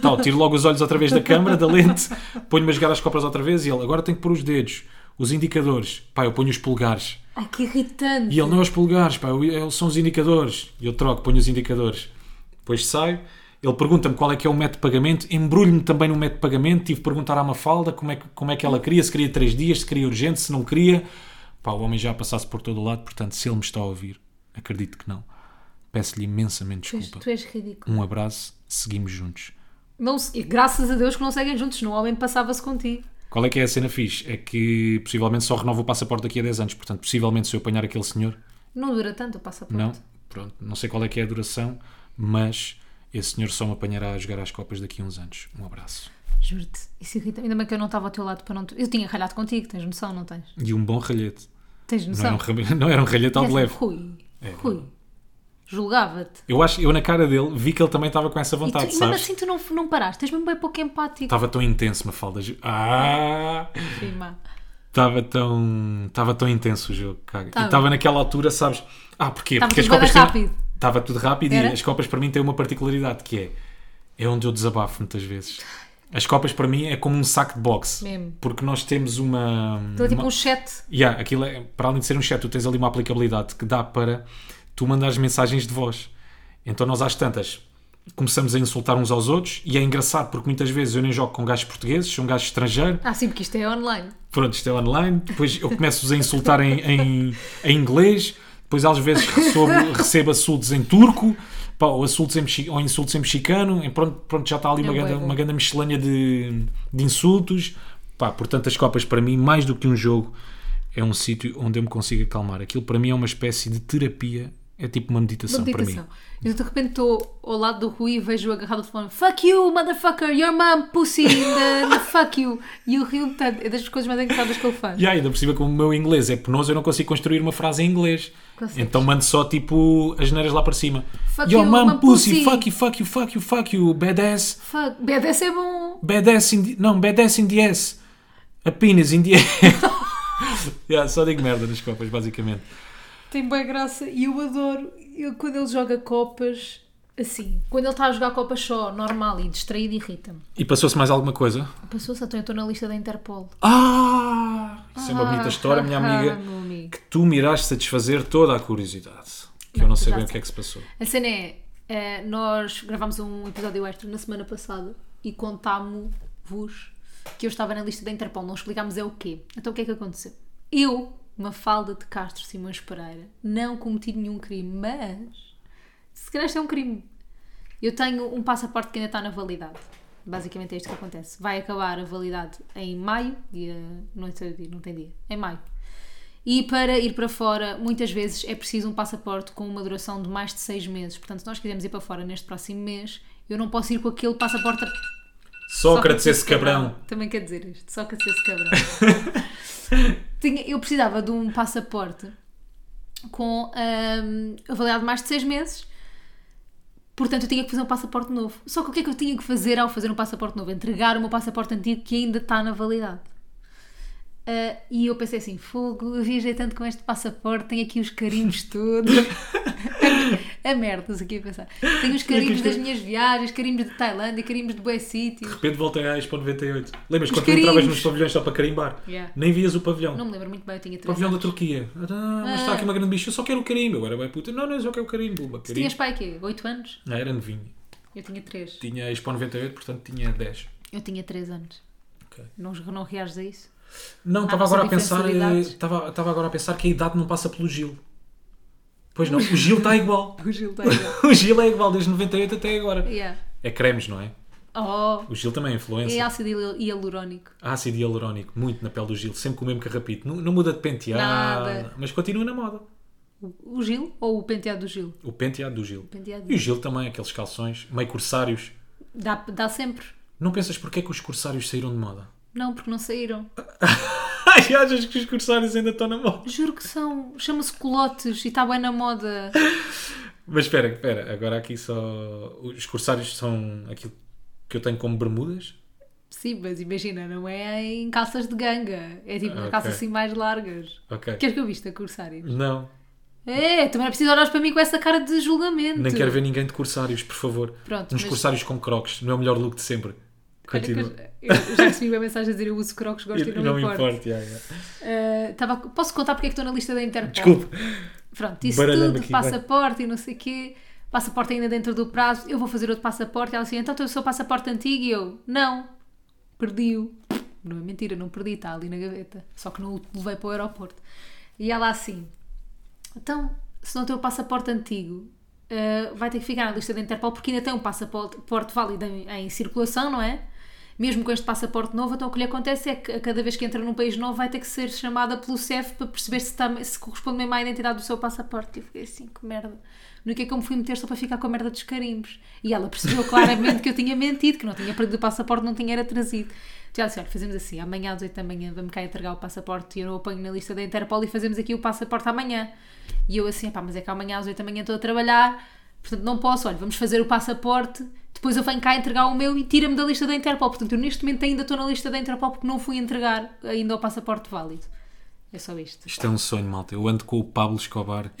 B: tal, tiro logo os olhos outra vez da câmara, da lente, ponho-me a jogar às copas outra vez e ele agora tem que pôr os dedos, os indicadores. Pá, eu ponho os polegares.
A: Ai, que irritante.
B: E ele não é os polegares, pá, eu- eu- são os indicadores. E Eu troco, ponho os indicadores. Depois saio, ele pergunta-me qual é que é o método de pagamento, embrulho-me também no método de pagamento, tive de perguntar à Mafalda como é, que, como é que ela queria, se queria 3 dias, se queria urgente, se não queria. Pá, o homem já passasse por todo o lado, portanto, se ele me está a ouvir, acredito que não. Peço-lhe imensamente
A: Tu és-
B: desculpa.
A: Tu és ridículo.
B: Um abraço, seguimos juntos.
A: Não se- e graças a Deus que não seguem juntos, não o homem passava-se contigo.
B: Qual é que é a cena fixe? É que possivelmente só renova o passaporte daqui a 10 anos, portanto, possivelmente se eu apanhar aquele senhor,
A: Não dura tanto o passaporte.
B: Não, pronto, não sei qual é que é a duração, mas esse senhor só me apanhará a jogar às copas daqui a uns anos. Um abraço.
A: Juro-te. Isso irrita Ainda bem que eu não estava ao teu lado para não. te- Eu tinha ralhado contigo, tens noção, não tens?
B: E um bom ralhete.
A: Tens
B: Não era um,
A: noção?
B: ralhe- não era um ralhete ao de leve.
A: Rui.
B: É.
A: Rui. Julgava-te.
B: Eu acho, eu na cara dele vi que ele também estava com essa
A: E, tu,
B: vontade,
A: e mesmo
B: tá sabes? Tá.
A: assim tu não, não paraste, tens mesmo bem pouco empático.
B: Estava tão intenso, Mafalda. Ah!
A: Prima.
B: Estava tão, estava tão intenso o jogo. Caga. E
A: Estava.
B: estava naquela altura, sabes? Ah, porquê?
A: Estava
B: Porque
A: tudo bué
B: têm-
A: rápido.
B: Estava tudo rápido e
A: Era?
B: as copas para mim têm uma particularidade que é é onde eu desabafo muitas vezes. As copas para mim é como um saco de boxe.
A: Mesmo.
B: Porque nós temos uma.
A: Estou tipo
B: uma-
A: um chat.
B: Yeah, aquilo é, para além de ser um chat, tu tens ali uma aplicabilidade que dá para tu mandares mensagens de voz. Então nós às tantas começamos a insultar uns aos outros e é engraçado porque muitas vezes eu nem jogo com gajos portugueses, sou um gajo estrangeiro,
A: Ah, sim, porque isto é online.
B: pronto, isto é online, depois eu começo-vos a insultar em, em, em inglês, depois às vezes recebo, recebo assuntos em turco, pá, ou, assuntos em, mexi- ou insultos em mexicano, em pronto, pronto, já está ali uma,
A: É bué
B: grande,
A: bom.
B: uma grande miscelânea de, de insultos, pá, portanto as copas para mim, mais do que um jogo, é um sítio onde eu me consigo acalmar, aquilo para mim é uma espécie de terapia, é tipo uma meditação, para
A: Dedicação.
B: mim.
A: Eu de repente estou ao lado do Rui e vejo agarrado o telefone. Fuck you, motherfucker, your mom, pussy, the, the fuck you. E eu rio-me tanto. É das coisas mais engraçadas que ele faz.
B: E ainda por cima, como o meu inglês é penoso, eu não consigo construir uma frase em inglês.
A: Consegues.
B: Então mando só tipo as neiras lá para cima.
A: Fuck
B: Yo,
A: you,
B: mom,
A: mom,
B: pussy,
A: pussy.
B: fuck you, fuck you, fuck you, fuck you, badass,
A: Fuck, BDS é bom.
B: badass in the... Não, badass in the ass. Apenas in the ass. Yeah, só digo merda nas copas, basicamente.
A: Tem boa graça e eu adoro eu, quando ele joga copas assim. Quando ele está a jogar copas só, normal e distraído, irrita-me.
B: E passou-se mais alguma coisa?
A: Passou-se, então eu estou na lista da Interpol.
B: Ah! Isso é uma
A: Ah,
B: bonita história, minha amiga.
A: ah, meu amigo.
B: Que tu me irás satisfazer toda a curiosidade. Que eu não
A: tu
B: sei
A: já
B: bem o
A: sei.
B: que é que se passou.
A: A cena é, eh, nós gravámos um episódio extra na semana passada e contámos-vos que eu estava na lista da Interpol, não explicámos é o quê. Então o que é que aconteceu? Eu, uma falda de Castro Simões Pereira, não cometi nenhum crime, mas se calhar isto é um crime. Eu tenho um passaporte que ainda está na validade. Basicamente é isto que acontece. Vai acabar a validade em maio, dia. Não sei o dia, não tem dia. Em maio. E para ir para fora, muitas vezes é preciso um passaporte com uma duração de mais de seis meses. Portanto, se nós quisermos ir para fora neste próximo mês, eu não posso ir com aquele passaporte. a-
B: Sócrates, esse cabrão.
A: Também quer dizer isto. Sócrates, esse cabrão. Tinha- eu precisava de um passaporte com hum, a validade de mais de seis meses Portanto, eu tinha que fazer um passaporte novo. Só que o que é que eu tinha que fazer ao fazer um passaporte novo? Entregar o meu passaporte antigo que ainda está na validade. Ah, e eu pensei assim: fogo, eu viajei tanto com este passaporte, tenho aqui os carimbos todos. a merda, isso aqui a pensar. Tenho os carimbos das minhas viagens, carimbos de Tailândia, carimbos de Boé City.
B: De repente voltei à Expo 98. Lembras
A: Os
B: quando tu entravas
A: carimbos.
B: nos pavilhões só para carimbar?
A: Yeah.
B: Nem vias o pavilhão.
A: Não me lembro muito bem, eu tinha três
B: Pavilhão da
A: anos.
B: Turquia. Ah, não, mas está aqui uma grande bicha, eu só quero o carimbo. Eu era bem puta. Não, não, eu só quero o carimbo. Uma carimbo.
A: Tinhas pai quê? 8 anos?
B: Não, era novinho.
A: Eu tinha 3.
B: Tinha a Expo 98, portanto tinha 10.
A: Eu tinha 3 anos.
B: Ok.
A: Não, não reages a isso?
B: Não, estava
A: não
B: agora
A: são
B: a pensar.
A: diferentes de
B: eh,
A: idades?
B: Estava estava agora a pensar que a idade não passa pelo Gil. Pois não, o Gil está igual.
A: O Gil está igual.
B: O Gil é igual desde 98 até agora.
A: yeah.
B: É cremes, não é?
A: Oh,
B: O Gil também é influencer.
A: é ácido hial- hialurónico.
B: Ácido hialurónico, muito na pele do Gil, sempre com o mesmo carrapito. Não, não muda de penteado,
A: Nada.
B: mas continua na moda.
A: O o Gil ou o penteado do Gil?
B: O penteado do Gil.
A: Penteado.
B: E o Gil também, aqueles calções meio corsários.
A: Dá, dá sempre.
B: Não pensas porque é que os corsários saíram de moda?
A: Não, porque não saíram.
B: Ai, achas que os corsários ainda estão na moda?
A: Juro que são. Chama-se colotes e está bem na moda.
B: Mas espera, espera, agora aqui só. Os corsários são aquilo que eu tenho como bermudas?
A: Sim, mas imagina, não é em calças de ganga. É tipo
B: Ah, ok.
A: calças assim mais largas.
B: Ok.
A: Queres que eu vista corsário?
B: Não,
A: É, também não é preciso olhar para mim com essa cara de julgamento.
B: nem quero ver ninguém de corsários, por favor.
A: Pronto,
B: Uns
A: mas-
B: corsários com crocs, não é o melhor look de sempre.
A: Olha que
B: Continua.
A: Eu, eu já recebi uma mensagem a dizer eu uso crocs, gosto e,
B: E-
A: não,
B: e
A: me importa.
B: yeah, yeah.
A: posso contar porque é que estou na lista da Interpol?
B: Desculpe.
A: Pronto, isso
B: Baralhando
A: tudo,
B: aqui,
A: passaporte e não sei o quê, passaporte ainda dentro do prazo, eu vou fazer outro passaporte. E ela assim, então tem o seu passaporte antigo e eu, não, perdi-o. Não é mentira, não perdi, está ali na gaveta. Só que não o levei para o aeroporto. E ela assim, então, se não tem o passaporte antigo, ah, vai ter que ficar na lista da Interpol porque ainda tem um passaporte porte válido em, em circulação, não é? Mesmo com este passaporte novo, então o que lhe acontece é que a cada vez que entra num país novo vai ter que ser chamada pelo CEF para perceber se, está- se corresponde mesmo à identidade do seu passaporte. E eu fiquei assim, que merda. No que é que eu me fui meter só para ficar com a merda dos carimbos? E ela percebeu claramente que eu tinha mentido, que não tinha perdido o passaporte, não tinha era trazido. Já disse, olha, fazemos assim, amanhã às 8 da manhã vamos cá entregar o passaporte e eu não o ponho na lista da Interpol e fazemos aqui o passaporte amanhã. E eu assim, pá, mas é que amanhã às 8 da manhã estou a trabalhar, portanto não posso, olha, vamos fazer o passaporte, depois eu venho cá entregar o meu e tira-me da lista da Interpol. Portanto, eu neste momento ainda estou na lista da Interpol porque não fui entregar ainda o passaporte válido. É só isto.
B: Isto é um sonho, malta. Eu ando com o Pablo Escobar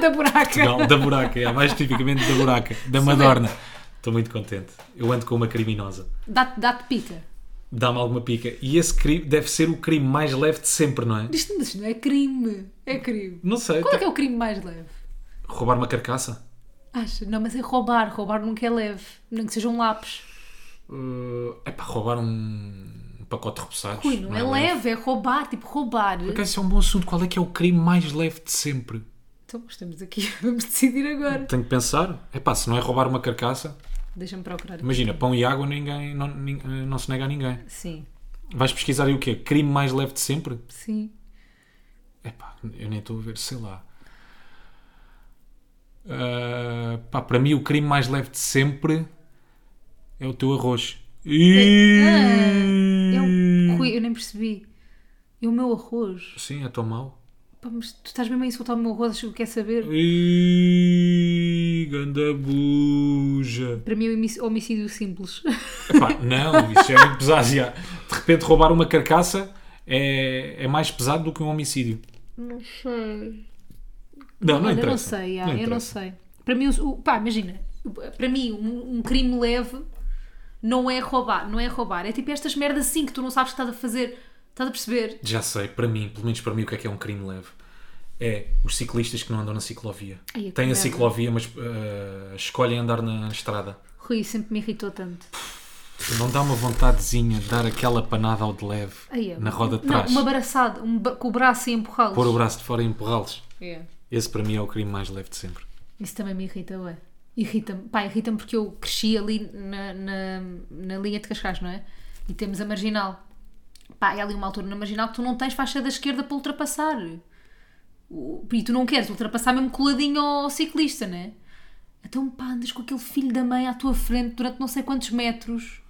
A: da buraca.
B: Portugal, da buraca, é, mais tipicamente da buraca, da Madorna. Estou muito contente. Eu ando com uma criminosa.
A: Dá-te dá pica.
B: Dá-me alguma pica. E esse crime deve ser o crime mais leve de sempre, não é?
A: Isto mas isto não é crime. É crime.
B: Não sei.
A: Qual é
B: tá-
A: que é o crime mais leve?
B: Roubar uma carcaça?
A: Acha? Não, mas é roubar. Roubar nunca é leve. Nem que seja um lápis.
B: É para roubar um um pacote de repousados.
A: Ui, não, é, leve, é roubar, tipo roubar.
B: Porque esse é um bom assunto. Qual é que é o crime mais leve de sempre?
A: Então estamos aqui, vamos decidir agora.
B: Tenho que pensar. É pá, se não é roubar uma carcaça,
A: Deixa-me procurar.
B: imagina, pão e água ninguém, não, nin- eh, não se nega a ninguém.
A: Sim,
B: Vais pesquisar aí o quê? Crime mais leve de sempre?
A: sim.
B: Epá, eu nem estou a ver, sei lá. Ah, pá, para mim o crime mais leve de sempre é o teu arroz.
A: É, Eu, É um Rui, eu nem percebi. E o meu arroz?
B: Sim, é tão mau.
A: Pá, mas tu estás mesmo a insultar o meu arroz, acho que quer saber.
B: Ih, Ganda buja.
A: Para mim é um homic- homicídio simples.
B: Epá, não, isso é muito pesado. já. De repente roubar uma carcaça é, é mais pesado do que um homicídio.
A: Não sei.
B: Não, não
A: Olha, eu
B: interessa.
A: não sei, ah, eu não
B: interessa.
A: sei. Para mim, o- o- pá, imagina, o- para mim um, um crime leve não é roubar, não é roubar. É tipo estas merdas assim que tu não sabes o que estás a fazer. Estás a perceber?
B: Já sei, para mim, pelo menos para mim, o que é que é um crime leve? É os ciclistas que não andam na ciclovia.
A: Ai, que
B: Têm a
A: merda.
B: ciclovia, mas eh, escolhem andar na estrada.
A: Rui, sempre me irritou tanto.
B: Não dá uma vontadezinha de dar aquela panada ao de leve
A: Aí é.
B: na roda de
A: Não,
B: trás.
A: uma abraçada, um ba- com o braço e empurrá-los.
B: Pôr o braço de fora e empurrá-los.
A: É.
B: Esse para mim é o crime mais leve de sempre.
A: Isso também me irrita, ué. Irrita-me. Pá, irrita-me porque eu cresci ali na, na, na linha de Cascais, não é? E temos a marginal. Pá, é ali uma altura na marginal que tu não tens faixa da esquerda para ultrapassar. O- E tu não queres ultrapassar mesmo coladinho ao ciclista, não é? Então, pá, andas com aquele filho da mãe à tua frente durante não sei quantos metros.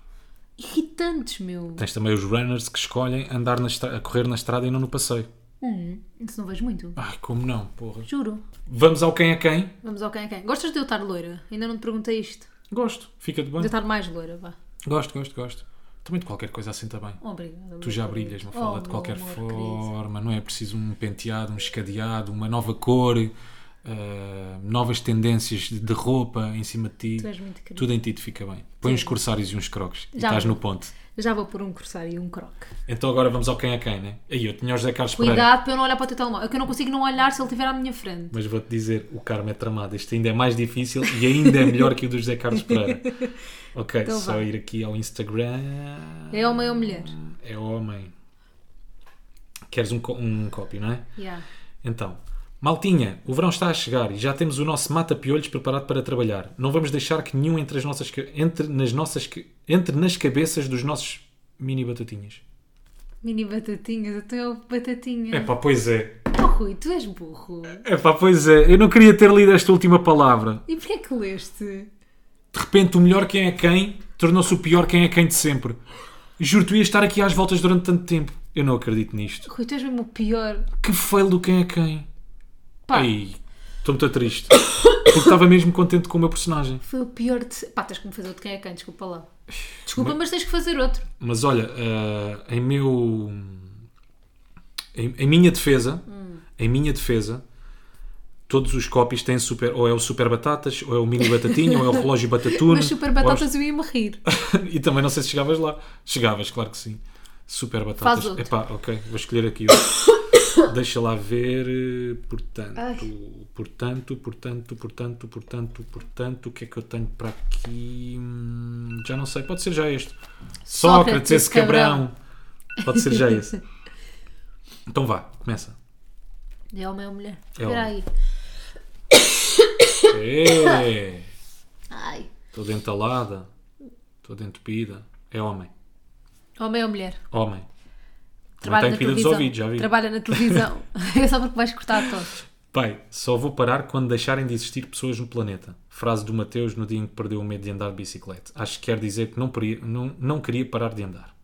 A: Irritantes, meu.
B: Tens também os runners que escolhem andar na estra- a correr na estrada e não no passeio.
A: Hum, isso não vejo muito.
B: Ai, como não, porra.
A: Juro.
B: Vamos ao quem é quem?
A: Vamos ao quem é quem. Gostas de eu estar loira? Ainda não te perguntei isto.
B: Gosto, fica-te
A: De eu
B: bem.
A: estar mais loira, vá.
B: Gosto, gosto, gosto. Também de qualquer coisa assim está bem.
A: Obrigada. Oh,
B: Tu já brilhas,
A: uma
B: uma fala de qualquer forma, não é preciso um penteado, um escadeado, uma nova cor, eh, novas tendências de de roupa em cima de ti.
A: Tu és muito querido.
B: Tudo em ti te fica bem. Põe uns corsários e uns crocs e
A: Já
B: estás
A: vou.
B: no ponto.
A: Já vou pôr um corsário e um croque.
B: Então agora vamos ao quem é quem, né? Aí eu tinha o José Carlos Pereira.
A: Cuidado para eu não olhar para o teu telemóvel. É que eu não consigo não olhar se ele estiver à minha frente.
B: Mas vou-te dizer, o Carmo é tramado. Este ainda é mais difícil e ainda é melhor que o do José Carlos Pereira. Ok,
A: Então
B: só
A: vá.
B: ir aqui ao Instagram.
A: É homem ou mulher?
B: É homem. Queres um, co- um copy, não é?
A: Yeah.
B: Então, maltinha, o verão está a chegar e já temos o nosso mata-piolhos preparado para trabalhar. Não vamos deixar que nenhum entre, as nossas, ca- entre, nas, nossas, ca- entre nas cabeças dos nossos mini batatinhas.
A: Mini batatinhas, até eu batatinha.
B: É pá, pois é.
A: Oh Rui, tu és burro.
B: É pá, pois é. Eu não queria ter lido esta última palavra.
A: E porquê que leste?
B: De repente, o melhor quem é quem tornou-se o pior quem é quem de sempre. Juro, tu ias estar aqui às voltas durante tanto tempo. Eu não acredito nisto.
A: Rui, tu és mesmo o pior.
B: Que fail do quem é quem.
A: Pá,
B: Ai, estou muito triste. Porque estava mesmo contente com o meu personagem.
A: foi o pior de. se- Pá, tens que me fazer outro quem é quem, desculpa lá. Desculpa, mas tens que fazer outro.
B: Mas olha, eh, em meu. Em, em minha defesa,
A: Hum.
B: em minha defesa, todos os copies têm super. Ou é o super batatas, ou é o mini batatinha, ou é o relógio é batatuno.
A: Mas super batatas eu ia-me rir.
B: ou é o- E também não sei se chegavas lá. Chegavas, claro que sim. Super batatas.
A: Faz outro.
B: Epá, ok, vou escolher aqui outro. Deixa lá ver. eh, Portanto, portanto, portanto, portanto, portanto, portanto, o que é que eu tenho para aqui? Hum, Já não sei, pode ser já este. Sócrates, esse cabrão. Pode ser já é esse. Então vá, começa.
A: É homem ou mulher?
B: É
A: Espera aí.
B: É,
A: Ai.
B: Estou dentalada. Estou dentupida. É homem.
A: Homem ou mulher?
B: Homem.
A: Trabalha
B: tem
A: na
B: pila dos
A: televisão.
B: ouvidos, já vi.
A: Trabalha na televisão. é só porque vais cortar a tosse.
B: Pai, só vou parar quando deixarem de existir pessoas no planeta. Frase do Mateus no dia em que perdeu o medo de andar de bicicleta. Acho que quer dizer que não, peri- não, não queria parar de andar.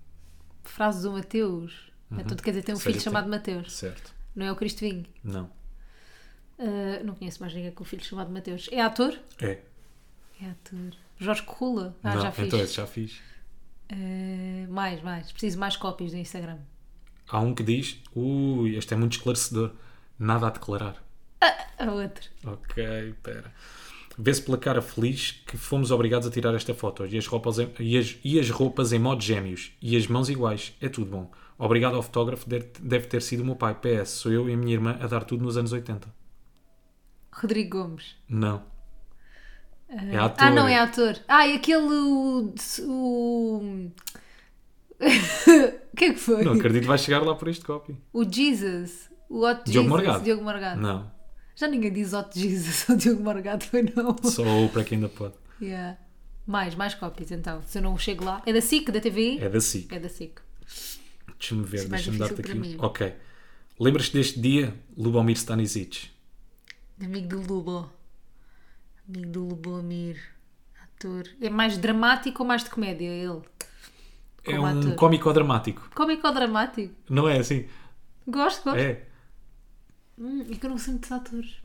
A: Frase do Mateus. Então, quer dizer, tem um
B: Uhum. Sério,
A: filho chamado
B: tem.
A: Mateus.
B: Certo.
A: Não é o Cristo Vinho.
B: Não.
A: Ah, não conheço mais ninguém com um filho chamado Mateus. É ator?
B: É.
A: É ator. Jorge Corrula? Ah,
B: não.
A: já fiz.
B: Então esse já fiz.
A: Ah, mais, mais. Preciso mais cópias do Instagram.
B: Há um que diz: Ui, este é muito esclarecedor. Nada a declarar.
A: A outra.
B: Ok, pera. Vê-se pela cara feliz que fomos obrigados a tirar esta foto. E as, roupas em, e, as, e as roupas em modo gêmeos. E as mãos iguais. É tudo bom. Obrigado ao fotógrafo. Deve, deve ter sido o meu pai. PS. Sou eu e a minha irmã a dar tudo nos anos 80.
A: Rodrigo Gomes.
B: Não. É ator.
A: Ah, não, é ator. Ah, e aquele. O. O o que é que foi?
B: Não acredito que vai chegar lá por este copy.
A: O Jesus. O Hot
B: Diogo
A: Jesus.
B: Morgado.
A: Diogo Morgado.
B: Não.
A: Já ninguém diz Hot Jesus ou Diogo Morgado, foi não.
B: Só o para quem ainda pode.
A: Yeah. Mais, mais cópias então. Se eu não chego lá. É da SIC, da TVI?
B: É da SIC.
A: É da SIC.
B: Deixa-me ver.
A: é mais
B: Deixa-me
A: difícil
B: dar-te
A: para
B: aqui. um
A: mim.
B: Ok. Lembras-te deste dia? Lubomir Stanisic.
A: Amigo do Lubo. Amigo do Lubomir. Ator. É mais dramático ou mais de comédia ele?
B: É
A: Como
B: um
A: ator.
B: cómico dramático.
A: Cómico ou dramático?
B: Não é assim?
A: Gosto, gosto.
B: É.
A: Hum, é que eu não sei muitos atores.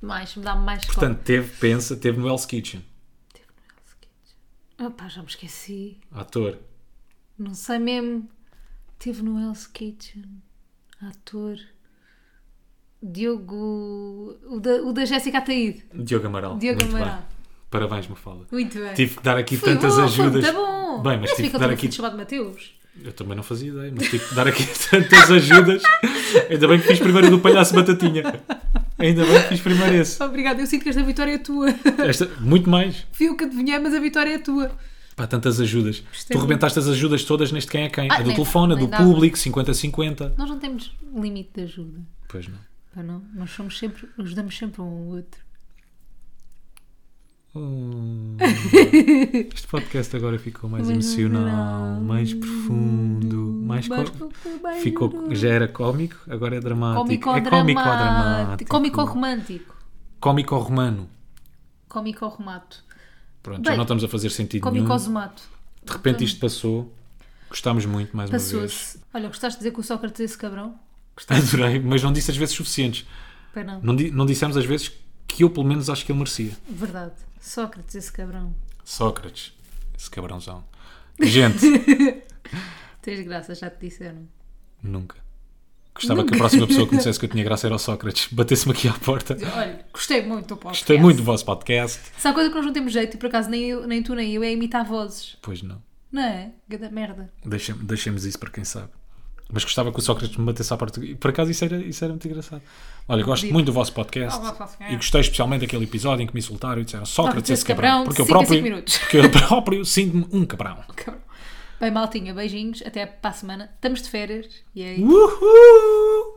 A: Mais, me dá mais Tipo, cópia.
B: Portanto, teve, pensa, teve no Hell's Kitchen.
A: é Ah pá, já me esqueci.
B: Ator.
A: Não sei mesmo. Teve no Hell's Kitchen. Ator. Diogo. O da, o da Jéssica Ataíde.
B: Diogo Amaral.
A: Diogo
B: Muito
A: Amaral.
B: Bem. Parabéns, Mafalda.
A: Muito bem.
B: Tive que dar aqui
A: Foi
B: tantas
A: bom,
B: ajudas.
A: Foi muito bom.
B: Bem, mas
A: Parece
B: tive
A: que
B: que
A: eu
B: dar
A: tenho um
B: aqui.
A: filho chamado Mateus.
B: Eu também não fazia ideia, mas tive que dar aqui tantas ajudas. Ainda bem que fiz primeiro do palhaço batatinha. Ainda bem que fiz primeiro esse.
A: Obrigada, eu sinto que esta vitória é tua.
B: Esta, muito mais.
A: Fui eu que adivinhei, mas a vitória é tua.
B: Pá, tantas ajudas. Tu rebentaste as ajudas todas neste quem é quem.
A: Ah,
B: a do
A: nem-
B: telefone, a
A: nem
B: do
A: dava.
B: público, 50-50.
A: Nós não temos limite de ajuda.
B: Pois não.
A: Ou não? Nós somos sempre, ajudamos sempre um ao outro.
B: Hum. Este podcast agora ficou mais emocional, mais profundo, mais,
A: Mais
B: co-
A: profundo, mais
B: ficou
A: duro.
B: já era cómico, agora é dramático. é
A: Cómico-dramático.
B: cómico-dramático.
A: Cómico-romântico.
B: Cómico-romano.
A: Cómico-romato.
B: Pronto, já
A: Bem,
B: não estamos a fazer sentido nenhum.
A: Cómico-osomato.
B: De repente isto passou. Gostámos muito mais uma vez.
A: Passou-se. Olha, gostaste de dizer que o Sócrates é esse cabrão?
B: Gostei, adorei, mas não disse as vezes suficientes.
A: Pois não.
B: Não, di- não dissemos as vezes que eu, pelo menos, acho que ele merecia.
A: Verdade. Sócrates, é esse cabrão.
B: Sócrates, esse cabrãozão. Gente,
A: Tens graça, já te disseram.
B: nunca. Gostava que a próxima pessoa que me dissesse que eu tinha graça era o Sócrates. Batesse-me aqui à porta.
A: Olha, gostei muito do podcast.
B: Gostei muito do vosso podcast.
A: Se há coisa que nós não temos jeito, e por acaso nem, eu- nem tu nem eu, é imitar vozes.
B: Pois não.
A: Não é? Gada merda.
B: Deixem- deixemos isso para quem sabe. Mas gostava que o Sócrates me batesse à porta. E, Por acaso isso era, isso era muito engraçado. Olha, gosto muito do vosso podcast
A: Olá, Sócrates.
B: e gostei especialmente daquele episódio em que me insultaram e disseram Sócrates
A: Sócrates,
B: esse
A: cabrão,
B: cabrão, porque, eu
A: cinco em
B: próprio,
A: cinco minutos.
B: porque eu próprio sinto-me um cabrão.
A: Cabrão. Bem, maltinha, beijinhos. Até para a semana. Estamos de férias. E
B: Uh!
A: aí?
B: Uhul! Uhum.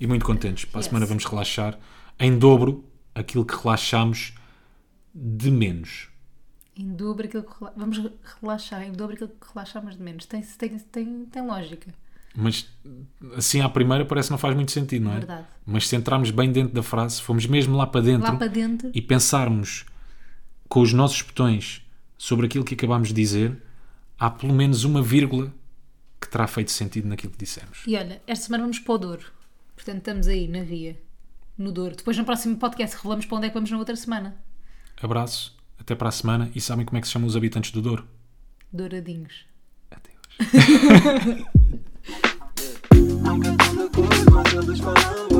B: E muito contentes. Para a
A: Yes.
B: semana vamos relaxar em dobro aquilo que relaxámos de menos.
A: Em dobro aquilo que rela- Vamos re- relaxar, em dobro aquilo que relaxamos de menos. Tem, tem, tem, tem lógica.
B: Mas assim à primeira parece que não faz muito sentido, não é?
A: Verdade.
B: Mas se entrarmos bem dentro da frase, fomos mesmo lá para dentro
A: Lá para dentro.
B: e pensarmos com os nossos botões sobre aquilo que acabámos de dizer, há pelo menos uma vírgula que terá feito sentido naquilo que dissemos.
A: E olha, esta semana vamos para o Douro. Portanto, estamos aí na via. No Douro. Depois, no próximo podcast, revelamos para onde é que vamos na outra semana.
B: Abraço, até para a semana e sabem como é que se chamam os habitantes do Douro?
A: Douradinhos.
B: Até hoje.
C: I'm cantando cor, mas eles falam